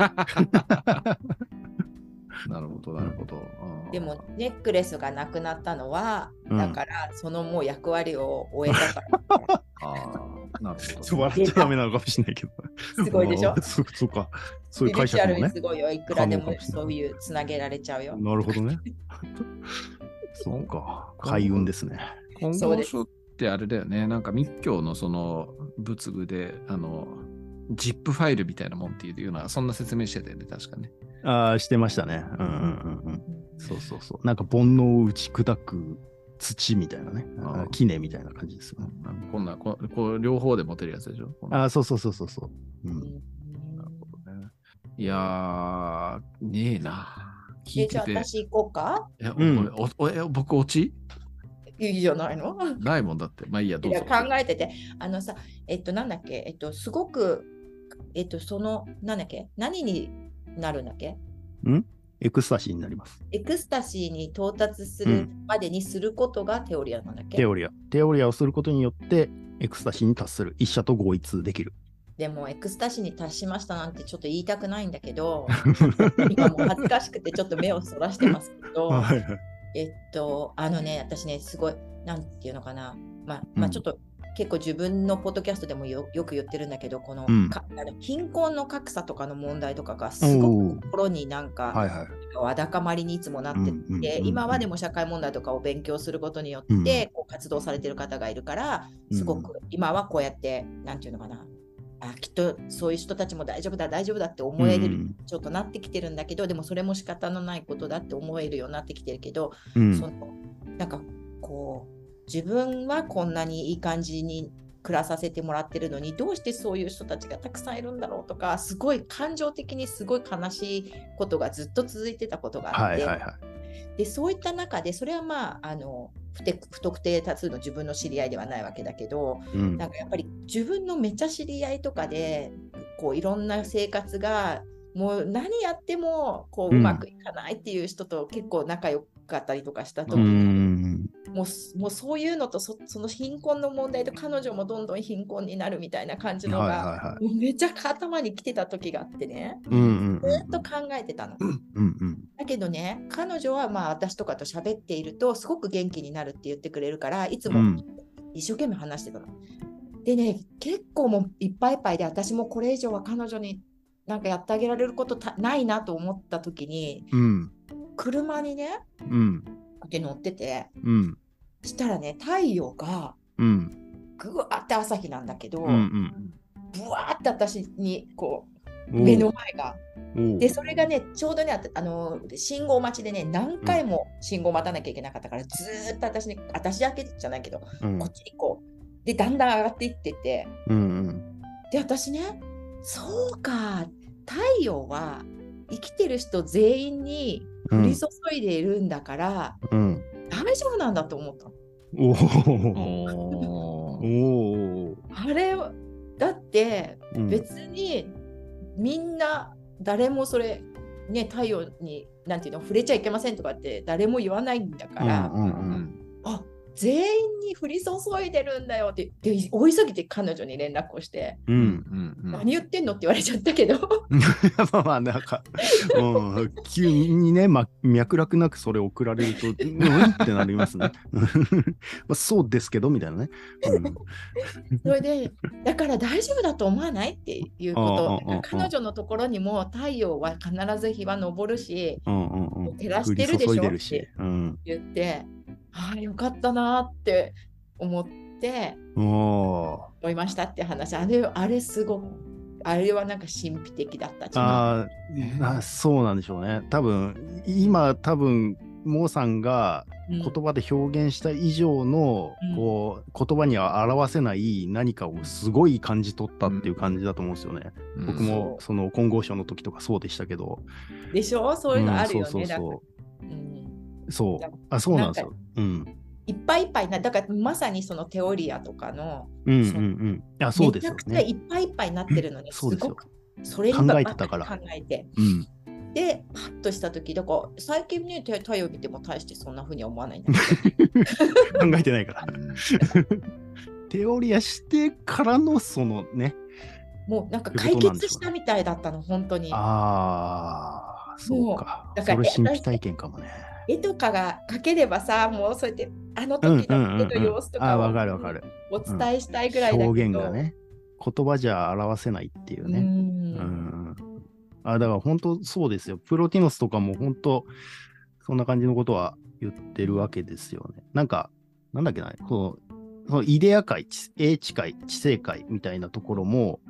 B: なるほど、なるほど。あー
C: でも、ネックレスがなくなったのは、
A: うん
C: だからそのもう役割を終えたから。
B: あーなる ほ
A: ちょ
B: ど。
A: っ と笑っちゃダメなのかもしれないけど。
C: すごいでしょ
A: あーそそうか。そういう
C: スピリ
A: 解
C: チュア
A: 釈
C: ル
A: も
C: に
A: ね
C: す。ごいよ。いくらで
A: か
C: も
A: もしれない
C: そういうつなげられちゃうよ。
A: なるほど ね。そうか。開運ですね。
B: 金
C: そう
B: 剛
C: です
B: 書ってあれだよね。なんか密教のその仏具で、あの、ZIP ファイルみたいなもんっていうような、そんな説明してたよね、確かね。
A: ああ、してましたね。うんうんうんうん。そうそうそう。なんか煩悩を打ち砕く土みたいなね。
B: あー
A: きねみたいな感じですよね。
B: なんかこんな、ここう両方で持てるやつでしょ。こんな
A: ああ、そうそうそうそうそう。う
C: うん
A: ん、
B: なるほどね。いやー、ねえな。聞
C: え
B: い
C: じ
B: て
C: ゃあ
B: て。
C: 私行こうか
B: えお
A: うん
B: おおえ僕、落ち
C: いいじゃないの
B: ないもんだって。まあいいや、
C: い
B: どう
C: や
B: ぞ。
C: 考えてて、あのさ、えっと、なんだっけ、えっと、すごく、えっと、その、なんだっけ、何になるんだっけ
A: エクスタシーになります。
C: エクスタシーに到達す
A: う
C: るまでにすることがテオリアなんだっけ、
A: テオリア。テオリアをすることによって、エクスタシーに達する。一社と合一でき る。
C: でも、エクスタシーに達しましたなんてちょっと言いたくないんだ けど、今もう恥ずかしくてちょっと目をそらしてますけ ど、
A: はいはい
C: えっと、あのね、私ね、すごい、なんていうのかな、まあ、ま
A: う
C: あ、
A: ん
C: ちょっと、結構自分のポッドキャストでもよよく言ってるんだけど、この,、
A: うん
C: かあの貧困の格差とかの問題とかがすごく
A: おー
C: 心になんか、
A: はいはい。
C: わだかまりにいつもなってて、
A: うんうんうんうん
C: 今はでも社会問題とかを勉強することによって、こう活動されてる方がいるから
A: うん
C: すごく今はこうやってなんていうのかなあきっとそういう人たちも大丈夫だ大丈夫だって思える、
A: うん
C: ちょっとなってきてるんだけどでもそれも仕方のないことだって思えるようになってきてるけど、
A: うん
C: そのなんかこう自分はこんなにいい感じに暮らさせてもらってるのにどうしてそういう人たちがたくさんいるんだろうとかすごい感情的にすごい悲しいことがずっと続いてたことがあっ
A: はい
C: て、
A: はいはい。
C: でそういった中でそれはまああの不て不特定多数の自分の知り合いではないわけだけど
A: うん
C: なんかやっぱり自分のめっちゃ知り合いとかでこういろんな生活がもう何やってもこう
A: う
C: うんまくいかないっていう人と結構仲良かったりとかした時
A: う
C: に、
A: ん
C: もうすもうそういうのとそその貧困の問題と彼女もどんどん貧困になるみたいな感じのが、
A: はいはいはい。
C: もうめちゃくちゃ頭に来てた時があってね
A: うんうんうん
C: ずっと考えてたの。
A: うんうん。
C: だけどね、彼女はまあ私とかと喋っていると、すごく元気になるって言ってくれるから、いつ
A: う
C: も
A: ん
C: 一生懸命話してたの。でね、結構もういっぱいいっぱいで、私もこれ以上は彼女になんかやってあげられることたないなと思った時に、
A: うん
C: 車にね、
A: うん
C: で乗ってて、
A: うん
C: したらね、太陽が
A: うん
C: ぐわーって朝日なんだけど、
A: うんうん
C: ぶわーって私にこう、
A: おう
C: 目の前が。
A: おう
C: で、それがね、ちょうどね、あとあの信号待ちでね、何回も信号待たなきゃいけなかったから、ずーっと私に、私だけじゃないけど、こ
A: うん
C: っちにこう。で、だんだん上がっていってて、
A: うんうん
C: で、私ね、そうか、太陽は生きてる人全員に
A: う
C: 降り
A: ん
C: 注いでいるんだから、
A: うん。
C: 大丈夫なんだと思ったの
A: おお。
B: お
A: お
B: ー
A: お。
C: あれはだって
A: うん
C: 別にみんな誰もそれね太陽になんていうの触れちゃいけませんとかって誰も言わないんだから、
A: うんうんう
B: う
A: ん
B: ん
C: あ全員に降り注いでるんだよってで大急ぎで彼女に連絡をして、
A: う。
B: うんんうん
C: 何言ってんのって言われちゃったけど
A: まあまあなんか、うん、急にね、ま、脈絡なくそれ送られると、うんってなりますね。 まあそうですけどみたいなね。うん
C: それでだから大丈夫だと思わないっていうこ
A: うんうんうんうん
C: と彼女のところにも太陽は必ず日は昇るし
A: うんうんうん。
C: 照らしてるでしょ
A: 降り注いでるし。うん。
C: 言ってああよかったなーって思って
A: おお
C: 思いましたって話あれあれすごくあれはなんか神秘的だった
A: ー。あー あ、そうなんでしょうね。多分、今多分、モーさんが
C: うん
A: 言葉で表現した以上の、
C: うん
A: こう言葉には表せない何かをすごい感じ取ったっていう感じだと思うんですよね。
B: うん
A: 僕もその金剛賞の時とかそうでしたけど。
C: でしょそういうのあるよね、
A: うんそうそう
C: だか
A: そう
C: ら。
A: そう。あ、そうな
C: うんだか
A: んですよ。うん。
C: いっぱいいっぱいなだからまさにそのテオリアとかの
A: うんうん
C: そ
A: う
C: う
A: ん。あ、そうですよ
C: めちゃくちゃ
A: ね。
C: いっぱいいっぱいになってるのに、
A: そうですよ
C: ごくそれ今
A: 考えてたから
C: ばっり考えて
A: うん。
C: でパッとした時だから最近ね太太陽見ても大してそんな風には思わないんだ けど
A: 考えてないから。テオリアしてからのそのね。
C: もうなんか
A: という
C: 解
A: ことなんで
C: 決
A: しょ
C: し
A: うね
C: たみたいだったの本当に
A: ああ、そうか。
C: だ
A: そ
C: から
A: れ神秘体験かもね。
C: 絵とかが描ければさもうそうやってあの
A: うん
C: 時
A: うんうん、
C: の絵の様子と
A: うん。あ
C: か
A: ー
C: を
A: わかるわかる。
C: お伝えしたいぐらいだけど、
A: 表現がね。言葉じゃ表せないっていう
C: う
A: ね。
C: ん、
A: うん。あ、だから本当そうですよ。プロティノスとかも本当、そんな感じのことは言ってるわけですよね。なんか、なんだっけな、この、そのイデア界、知英知界、知性界みたいなところも、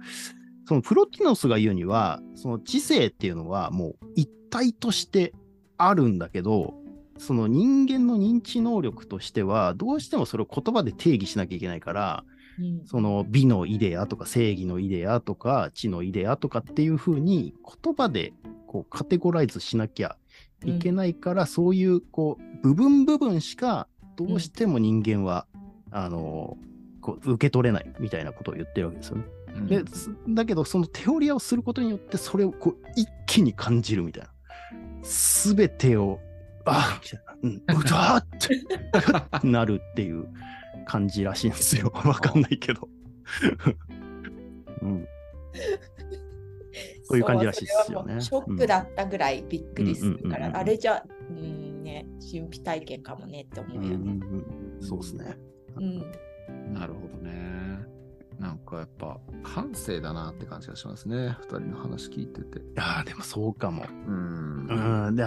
A: そのプロティノスが言うには、その知性っていうのはもう一体としてあるんだけど、その人間の認知能力としては、どうしてもそれを言葉で定義しなきゃいけないから、
C: うん
A: その美のイデアとか正義のイデアとか知のイデアとかっていう風に言葉でこうカテゴライズしなきゃいけないから、そういうこう部分部分しかどうしても人間は、あのこう受け取れないみたいなことを言ってるわけですよね。
B: うん
A: でつだけどそのテオリアをすることによってそれをこう一気に感じるみたいな。すべてをあみたいな、うん、うわーってなるっていう感じらしいんですよ。 わかんないけど。うん、そういう感じらしいですよね
C: そうそれはもうショックだったぐらいびっくりするか
A: うんうんうんう
C: ら、
A: んうん
C: あれじゃ、うんね、神秘体験かもねって思
A: うん
C: う
A: う
C: よ
A: ん
C: ね。
A: うん、そうですね。
C: うん
B: なるほどね。なんかやっぱ感性だなって感じがしますね。二人の話聞いてて。
A: いやーでもそうかも。
B: うん。
A: うん、で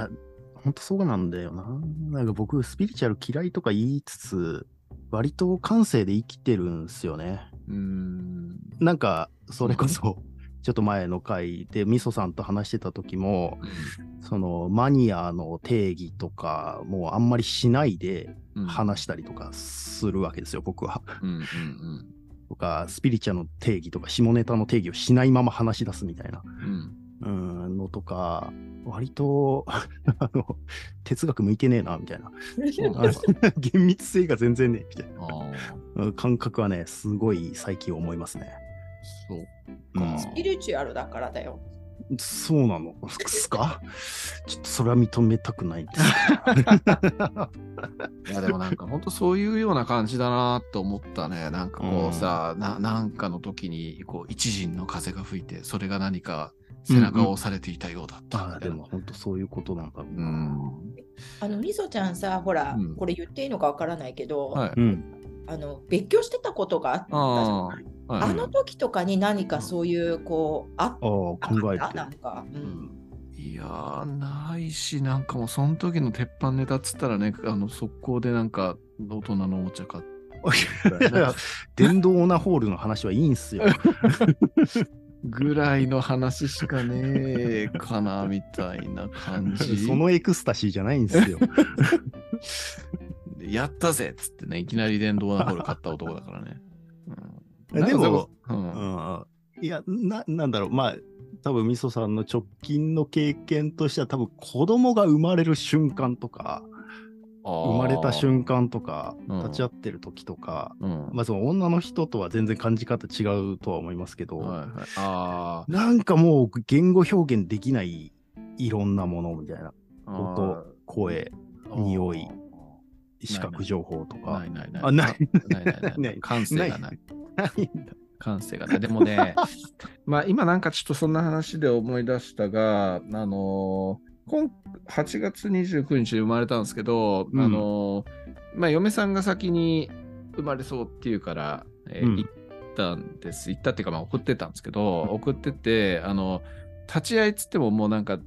A: 本当そうなんだよな。なんか僕、スピリチュアル嫌いとか言いつつ、割と感性で生きてるんですよね。
B: うん。
A: なんか、それこそ、ちょっと前の回で、みそさんと話してた時も、そのマニアの定義とか、もうあんまりしないで、
B: うん
A: 話したりとかするわけですよ、僕は。
B: うんうん
A: とか、スピリチュアルの定義とか、下ネタの定義をしないまま話し出すみたいな
B: うん。
A: うんのとか、割と あの哲学向いてねえな、みたいな。
B: うん。そうなん
A: あ
B: だ
A: の 厳密性が全然ねえ、みたい
B: あー
A: なうん感覚はね、すごい最近思いますね。
B: そう
A: う
B: か
A: ん
C: スピリチュアルだからだよ。
A: そうなのですかちょっとそれは認めたくないです。
B: いやでもなんか本当そういうような感じだなと思ったね。なんかこうさ、ななんかの時にこう一陣の風が吹いて、それが何か背中を押されていたようだった。
A: ああ、でも。本当そういうことなんだろう
B: う
A: な。
B: ん。
C: あのみそちゃんさ、ほら、
B: うん
C: これ言っていいのかわからないけど、
B: はい。
A: うん。
C: あの別居してたことがあったじゃ
B: あ
C: ない。
B: あ。
C: あ
B: はい
C: の時とかに何かそういうこうあっ
A: ああ、考
C: たか
A: え
C: な
A: て
C: なんか、う、
A: る。うんん
B: いやー、ないし、なんかもう、その時の鉄板ネタっつったらね、あの、速攻でなんか、大人のおもちゃ買って。
A: いやいや電動オナホールの話はいいんすよ。
B: ぐらいの話しかねえかな、みたいな感じ。
A: そのエクスタシーじゃないんですよ。
B: やったぜっつってね、いきなり電動アナホール買った男だからね。うん
A: でも、
B: なんかそこうん
A: うんいや、な、なんだろう、まあ、多分みそさんの直近の経験としては多分子供が生まれる瞬間とか生
B: 生
A: まれた瞬間とか
B: うん
A: 立ち会ってる時とか、
B: うん
A: まあその女の人とは全然感じ方違うとは思いますけど、
B: はいはい、あ
A: なんかもう言語表現できないいろんなものみたいな
B: ー
A: 音
B: あ
A: 声
B: ー
A: 匂い
B: い
A: 視覚情報とか
B: ないないない
A: あない
B: ないないない
A: ない
B: 感性がない
A: ないんだ
B: 感性がね。でもね、 まあ今なんかちょっとそんな話で思い出したが、あのー今8月29日に生まれたんですけど、
A: うん
B: あのーまあ嫁さんが先に生まれそうっていうから、えー
A: うん
B: 行ったんです。行ったっていうか、まあ送ってたんですけど、送ってて、あの、立ち会いっつってももうなんか、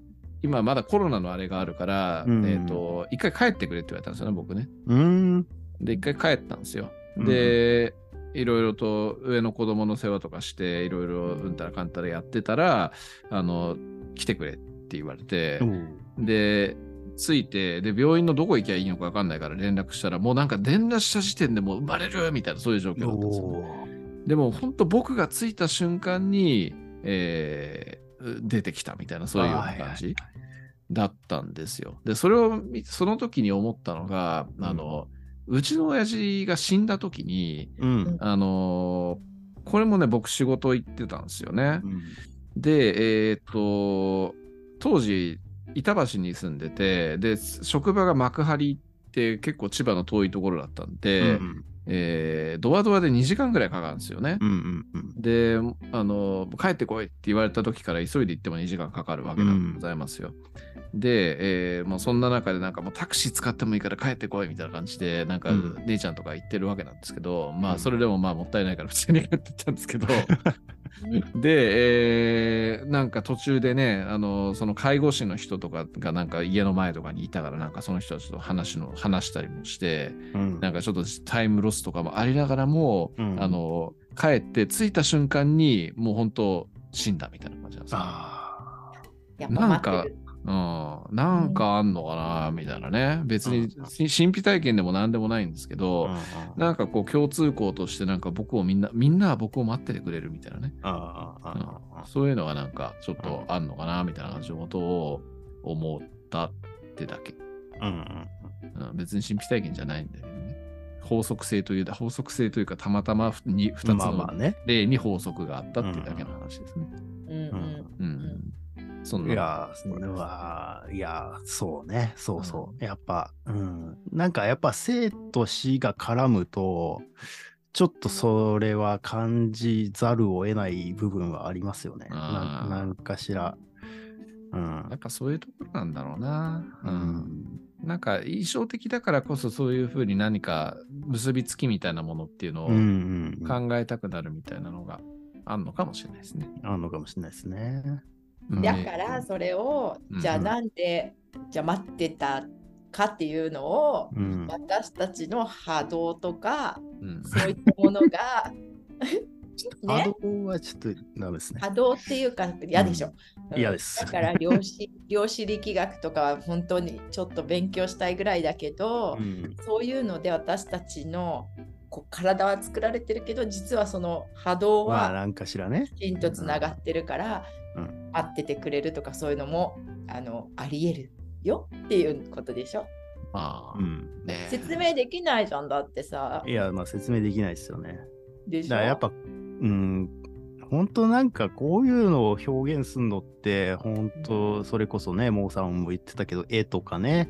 B: 今まだコロナのあれがあるから、
A: うん
B: えっ、と、一回帰ってくれって言われたんですよね、僕ね。
A: うーん
B: で、一回帰ったんですよ。で、いろいろと上の子供の世話とかして、いろいろうんたらかんたらやってたら、あの、来てくれって言われて
A: う、ん
B: で、着いて、で、病院のどこ行きゃいいのか分かんないから連絡したら、もうなんか連絡した時点でもう生まれるみたいな、そういう状況だったんですよ。
A: お
B: でも本当僕が着いた瞬間に、えー出てきたみたいなそういうような感じだったんですよ。でそれを見その時に思ったのがあの、うちの親父が死んだ時に
A: うん
B: あのーこれもね僕仕事行ってたんですよね。でえーっと当時板橋に住んでてで職場が幕張って結構千葉の遠いところだったんで、
A: うん
B: えードアドアで2時間ぐらいかかるんですよね。
A: うんうんうん
B: であの帰ってこいって言われた時から急いで行っても2時間かかるわけなんでございますよ。で、えーまあ、そんな中でなんかもうタクシー使ってもいいから帰ってこいみたいな感じでなんか
A: うん
B: 姉ちゃんとか言ってるわけなんですけど、ま
A: う
B: あ
A: ん
B: それでもまあもったいないから普通に帰ってったんです けどで、えーなんか途中でねあのその介護士の人とかがなんか家の前とかにいたからなんかその人たちと話の話したりもして
A: うん
B: なんかちょっとタイムロスとかもありながらも、
A: うん
B: あの帰って着いた瞬間にもう本当死んだみたいな感じなんですよ。
A: あ
C: やっぱ
B: なん
C: 待っ
B: か
C: てる、
B: うん、なんかあんのかなみたいなね。別に
A: うん
B: し神秘体験でも何でもないんですけ
A: ー
B: ど、なんかこう共通項としてなんか僕をみんな、みんなは僕を待っててくれるみたいなね。
A: あーあ
B: う
A: ー
B: ん
A: あー
B: そういうのがなんかちょっとあんのかなみたいな感じのことを思ったってだけ。
A: うんうん
B: うん別に神秘体験じゃないんだけどね。法則性という、法則性というかたまたま 2, つ
A: まあま
B: の
A: あね
B: 例に法則があったっていうだけの話ですね。
C: うんうん
B: うん。そん
A: い
B: な。
A: やー、それは、いやー、そうね、そうそう。やっぱ、うん。なんかやっぱ生と死が絡むと、ちょっとそれは感じざるを得ない部分はありますよね。
B: あ
A: な
B: ー
A: なんかしら。うん
B: や。っぱそういうところなんだろうな。
A: う
B: うん。
A: ん。
B: なんか印象的だからこそそういうふうに何か結びつきみたいなものっていうのを
A: うんうん。うん
B: 考えたくなるみたいなのがあんのかもしれないですね。
A: あんのかもしれないですね。
B: うん
C: だからそれを、
B: うん
C: じゃあ
A: うん
C: なんで、じゃあ待ってたかっていうのを、
A: うん。
C: 私たちの波動とか
B: うん
C: そういったも のが、
A: 波
C: ね、
A: 動はちょっとダメですね。
C: 波動っていうか嫌でしょ、うん
A: 嫌です
C: だから量子 量子力学とかは本当にちょっと勉強したいぐらいだけど、
A: うん。
C: そういうので私たちのこう体は作られてるけど実はその波動
A: まあ、
C: は
A: なんかしらね。
C: きちんとつながってるから、
A: う
C: 合っててくれるとかそういうのもあのありえるよっていうことでしょ
B: まあ、
A: うん。
B: ね
C: 説明できないじゃんだってさ
A: いや、まあ説明できないですよね。
C: でしょ
A: だからやっぱ、うん、本当なんかこういうのを表現するのって、本当それこそね、モーさんも言ってたけど、絵とかね、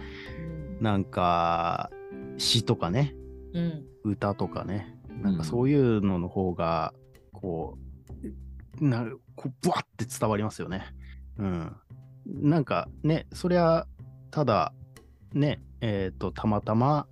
A: なんか詩とかね、
C: うん
A: 歌とかね、なんかそういうのの方が、こう、なる、こう、ぶわって伝わりますよね。うん。なんかね、そりゃ、ただ、ね、えっ、と、たまたま、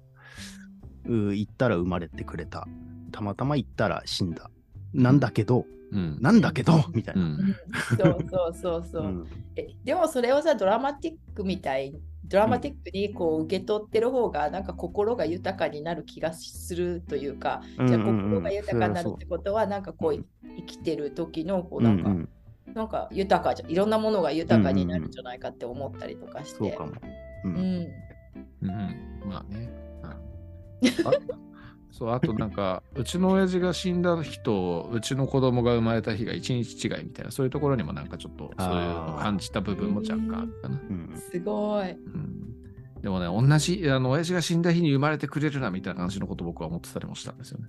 A: う行ったら生まれてくれた。たまたま行ったら死んだ。なんだけど、
B: うん。
A: なんだけど、みたいうな。
B: ん。
C: そうそうそうそう、
A: うん
C: えでもそれをさドラマティックみたいドラマティックにこう受け取ってる方がなんか心が豊かになる気がするというか、じゃあ心が豊かになるってことはなんかこ
A: う
C: う生きてる時のこう
A: うんう
C: なんんか、
A: うん
C: なんか豊かじゃいろんなものが豊かになるんじゃないかって思ったりとかして。
A: そうかも。う
C: うんん
B: うん。まあね。うんあそう、あとなんか、うちの親父が死んだ日と、うちの子供が生まれた日が一日違いみたいな、そういうところにもなんかちょっと、そういうのを感じた部分も若干あるかな。
A: うん
C: すごい。
B: うん、でもね、同じ、あの、親父が死んだ日に生まれてくれるなみたいな感じのことを僕は思ってたりもしたんですよね。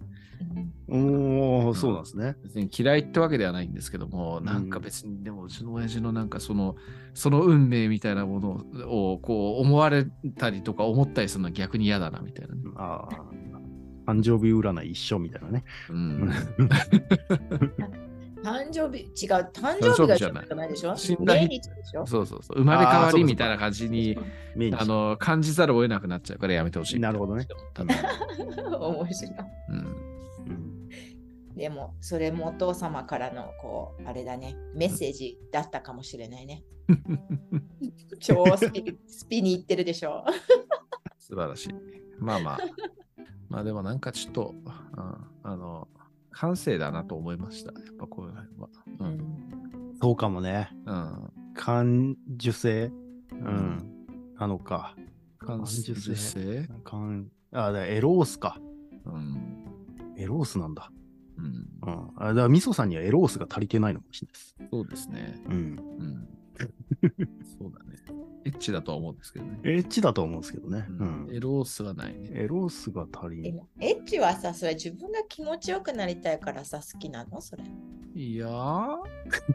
A: おお、そうなんですね。
B: 別に嫌いってわけではないんですけども、なんか別に、でもうちの親父のなんかその、その運命みたいなものを、こう、思われたりとか思ったりするのは逆に嫌だなみたいなね。
A: ああ。誕生日占い一緒みたいなね。
B: うん。
C: 誕生日、違う、誕生日が一緒じゃないでしょ
B: 死んだ日
C: 命日でしょ
B: そうそうそう。生まれ変
A: あー
B: わ
A: そう
B: り
A: か
B: みたいな感じに、
A: 命日
B: あの、感じざるを得なくなっちゃうからやめてほしい。
A: なるほどね。
C: 面白い。
B: うん。
A: うん
C: でも、それもお父様からの、こう、あれだね、メッセージだったかもしれないね。超スピスピに行ってるでしょ。
B: 素晴らしい。まあまあ。まあでもなんかちょっと、うんあの、感性だなと思いました。やっぱこういうのは。うん。
A: そうかもね。
B: うん。
A: 感受性。うん。なのか。
B: 感受
A: 感受
B: 性。
A: 感あ、だからエロースか。
B: うん。
A: エロースなんだ。
B: うん。
A: うん。あだから、みそさんにはエロースが足りてないのかもしれないです。
B: そうですね。
A: うん。
B: うん。そうだね。エッチだとは思うんですけどね。
A: エッチだと思うんですけどね。うん。
B: エロースはないね。
A: エロースが足り
C: で
A: ん。
C: もエッチはさ、それ自分が気持ちよくなりたいからさ、好きなのそれ。
B: いやー、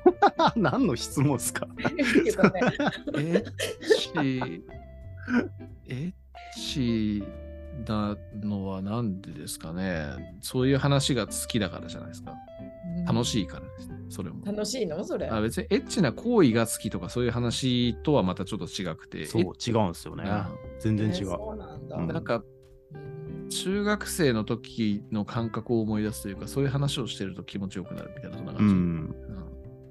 A: 何の質問ですか
C: ごめん
B: エッチ、エッチなのはなんでですかね。そういう話が好きだからじゃないですか。楽しいからですね。それも。
C: 楽しいのそれ。
B: あ別にエッチな行為が好きとかそういう話とはまたちょっと違くて。
A: そう、違うんですよね。全然違
C: えー
A: う。
C: そうなんだ。
A: う
B: うんなんか中学生の時の感覚を思い出すというか、そういう話をしてると気持ちよくなるみたいな、そんな
A: う
B: 感
A: ん。
B: じ。うん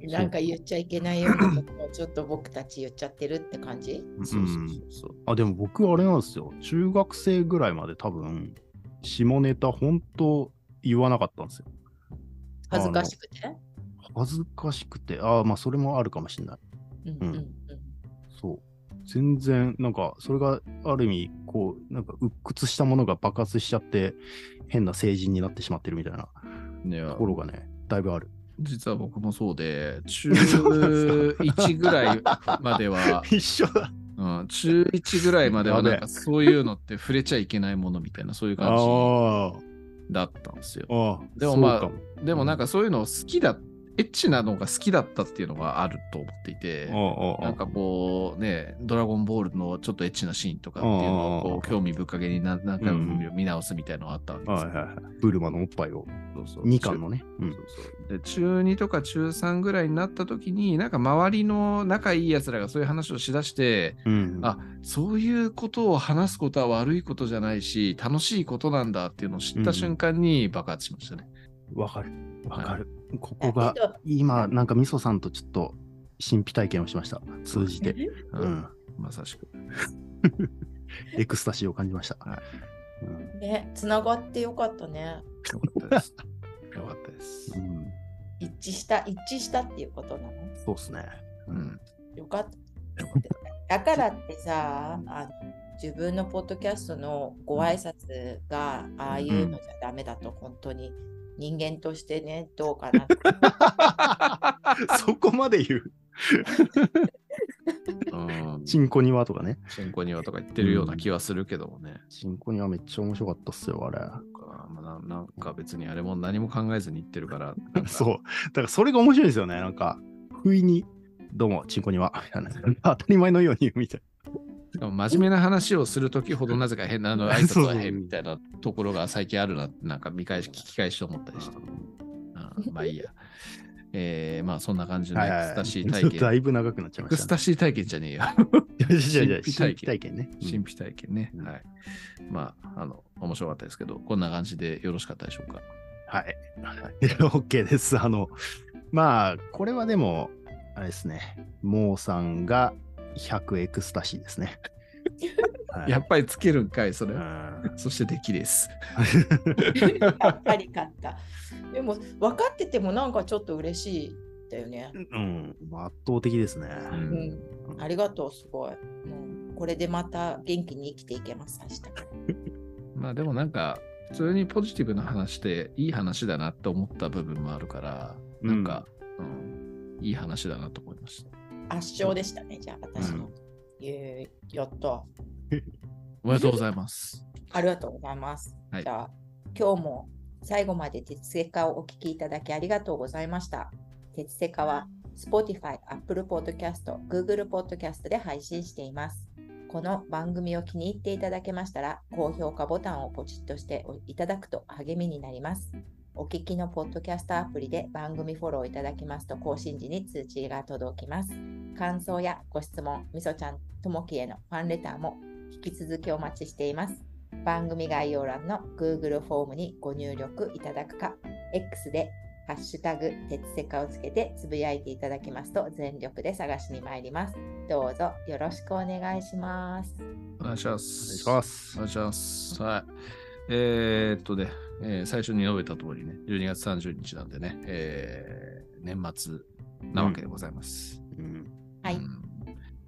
C: なんか言っちゃいけないようなことをちょっと僕たち言っちゃってるって感じ
B: そうそうそうそう。
A: あ、でも僕あれなんですよ。中学生ぐらいまで多分、下ネタ本当言わなかったんですよ。
C: 恥ずかしくて。
A: 恥ずかしくて、ああ、まあそれもあるかもしれない。
C: うん
A: う
C: うんんうん
A: そう。全然、なんか、それがある意味、こう、なんか、鬱屈したものが爆発しちゃって、変な成人になってしまってるみたいな
B: ね
A: ところがね、だいぶある。
B: 実は僕もそうで、中
A: そうなんですか、
B: 1ぐらいまでは
A: 一緒だ。
B: うん、中1ぐらいまでは
A: やべえ
B: なんかそういうのって触れちゃいけないものみたいなそういう感じ
A: あ
B: だったんですよ
A: あ。。ああ。
B: でもまあ
A: そうかも
B: でもなんかそういうのを好きだ、エッチなのが好きだったっていうのがあると思っていて、
A: ああああ
B: なんかこうね、ドラゴンボールのちょっとエッチなシーンとかっていうのを
A: あ
B: こ
A: あ
B: う興味ぶっかけにな何回も見直すみたいなのがあったわけです
A: はい
B: よ。
A: はいはい。ブルマのおっぱいを、
B: そうそう
A: 2巻のね。う
B: そ
A: ん。
B: うそうで中2とか中3ぐらいになった時になんか周りの仲いいやつらがそういう話をしだして
A: うん、
B: あそういうことを話すことは悪いことじゃないし楽しいことなんだっていうのを知
A: うん
B: った瞬間に爆発しましたね。
A: わかる。わかる。こ
C: だ
A: こが
C: け、ど
A: 今、なんか、みそさんとちょっと、神秘体験をしました。通じて。
B: う
A: うんん。
B: まさしく。
A: エクスタシーを感じました。
B: はい
A: うん
C: ね、つながってよかったね。
B: よかったです。よかったです
A: う。ん。
C: 一致した、一致したっていうことなの
A: そうっすね。
B: うん、
C: よかった。だからってさ、あの自分のポッドキャストのご挨拶がああいうのじゃダメだと、本当に人間としてね、どうかなって。
A: そこまで言う。
B: うん
A: チンコ庭とかね。
B: チンコ庭とか言ってるような気はするけどもね。
A: チンコ庭めっちゃ面白かったっすよ、あれ。
B: なんかまあななんか別にあれも何も考えずに言ってるから。なん か
A: そう。だからそれが面白いですよね。なんか、不意に、どうも、チンコ庭。みたいな 当たり前のように言うみたい
B: しかも真面目な話をするときほどなぜか変なあの挨拶は変みたいなところが最近あるな、なんか見返し、聞き返しと思ったりして。うんまあいいや。えー、まあそんな感じの
A: な。
B: エクスタシー体
A: ちょっと だ
B: 験。エ
A: いぶ長くなっちゃいま
B: ク
A: し
B: ス
A: た、
B: タ
A: ね。
B: シー体験じゃねえ
A: い
B: よ。
A: やいやいや
B: 神秘体
A: 神秘体
B: 験
A: 験ね。うん
B: 神秘体験ね。
A: うん
B: はい。まあ、あの、面白かったですけど、こんな感じでよろしかったでしょうか。
A: はい。OK です。あの、まあ、これはでも、あれですね。モーさんが100エクスタシーです ね。はい
B: やっぱりつけるんかい、それ。
A: うん
B: そしてできです。
C: やっぱり買った。でも分かっててもなんかちょっと嬉しいだよね。
A: うん、圧倒的ですね。
B: う
C: うんん。ありがとう、すごい。もうこれでまた元気に生きていけます、明日から。
B: まあでもなんか、普通にポジティブな話でいい話だなって思った部分もあるから、なんか、うんいい話だなと思いました。
C: 圧勝でしたね、じゃあ私の。
A: う
C: いうやった。
B: おめでとうございます。
C: ありがとうございます。
B: はい
C: じゃあ今日も最後まで鉄セカをお聞きいただきありがとうございました。鉄セカは Spotify、Apple Podcast、Google Podcast で配信しています。この番組を気に入っていただけましたら、高評価ボタンをポチッとしていただくと励みになります。お聞きのポッドキャストアプリで番組フォローいただきますと更新時に通知が届きます。感想やご質問、みそちゃん、ともきへのファンレターも引き続きお待ちしています。番組概要欄の Google フォームにご入力いただくか、X でハッシュタグ鉄セカをつけてつぶやいていただきますと全力で探しに参ります。どうぞよろしくお願いします。
B: お願いしま
A: お願い
B: す。
A: しま
B: お
A: す。
B: 願いします。はい。えーっとね、えー最初に述べた通りね、12月30日なんでね、えー年末なわけでございます。
A: うん
C: はい
B: うん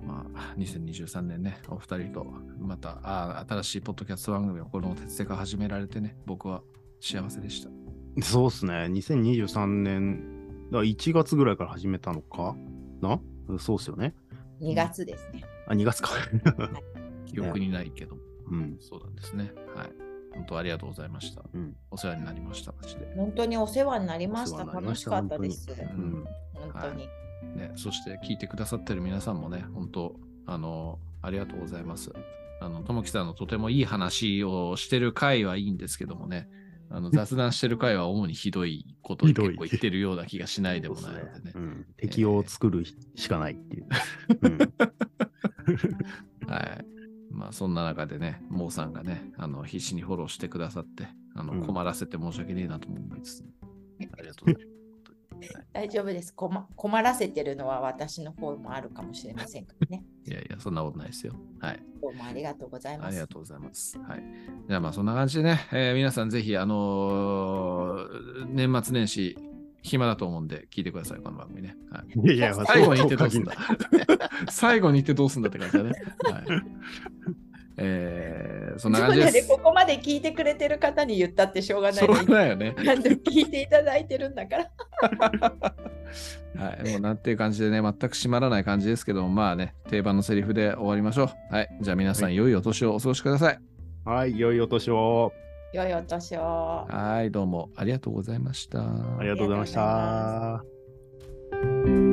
B: まあ、2023年ね、お二人と、またあー新しいポッドキャスト番組をこの鉄製化始められてね、僕は幸せでした。
A: そうっすね。2023年、だから1月ぐらいから始めたのかなそうっすよね。
C: 2月ですね。
A: あ、2月か。
B: 記憶にないけど、
A: うん。
B: そうなんですね。はい。本当ありがとうございました。
A: うん
B: お世話になりました、マジで。
C: 本当にお世話になりまし
A: お
C: た。
A: 世話になり
C: 楽
A: まし
C: したかったです。
A: うん。
B: 当
C: 本
B: に
C: 当に。
B: ね、そして聞いてくださってる皆さんもね、本当あの、ありがとうございます。あの、ともきさんのとてもいい話をしてる回はいいんですけどもね、あ の雑談してる回は主にひどいことを
A: ひどい
B: 結構言ってるような気がしないでも
A: そ
B: な
A: う
B: い
A: っす
B: ので ね
A: う。ん。敵を作るしかないっていう。うん
B: はい。まあ、そんな中でね、モーさんがね、あの、必死にフォローしてくださって、あ
A: う
B: の、
A: ん
B: 困らせて申し訳ねえなとも思いつつ、ありがとうございます。
C: 大丈夫です困。困らせてるのは私の方もあるかもしれませんからね。
B: いやいや、そんなことないですよ。はい。
C: どうもありがとうござい
B: あ
C: ま
B: り
C: す
B: が。とうございます。はい。じゃあまあそんな感じでね、えー皆さんぜひ、あのー年末年始、暇だと思うんで、聞いてください、この番組ね。 はい、
A: いやいや、まあ
B: 最後に言って
A: そ
B: ど
A: う
B: うすんだ。最後に言ってどうすんだって感じだね。はい。えー、そんな
C: そ
B: 感
C: う
B: じで
C: だね、
B: す。
C: ここまで聞いてくれてる方に言ったってしょうがな
B: しょ
C: いうね
B: がないよね。
C: ちゃんと聞いていただいてるんだから。
B: はい。もうなんていう感じでね、全く締まらない感じですけども、まあね、定番のセリフで終わりましょう。はい。じゃあ皆さん、
A: はい
B: 良いお年をお過ごしください。
A: はい、良いお年を。
C: 良いお年を。
B: はい。どうもありがとうございました。
A: ありがとうございまし
C: ありがとうございます
A: た。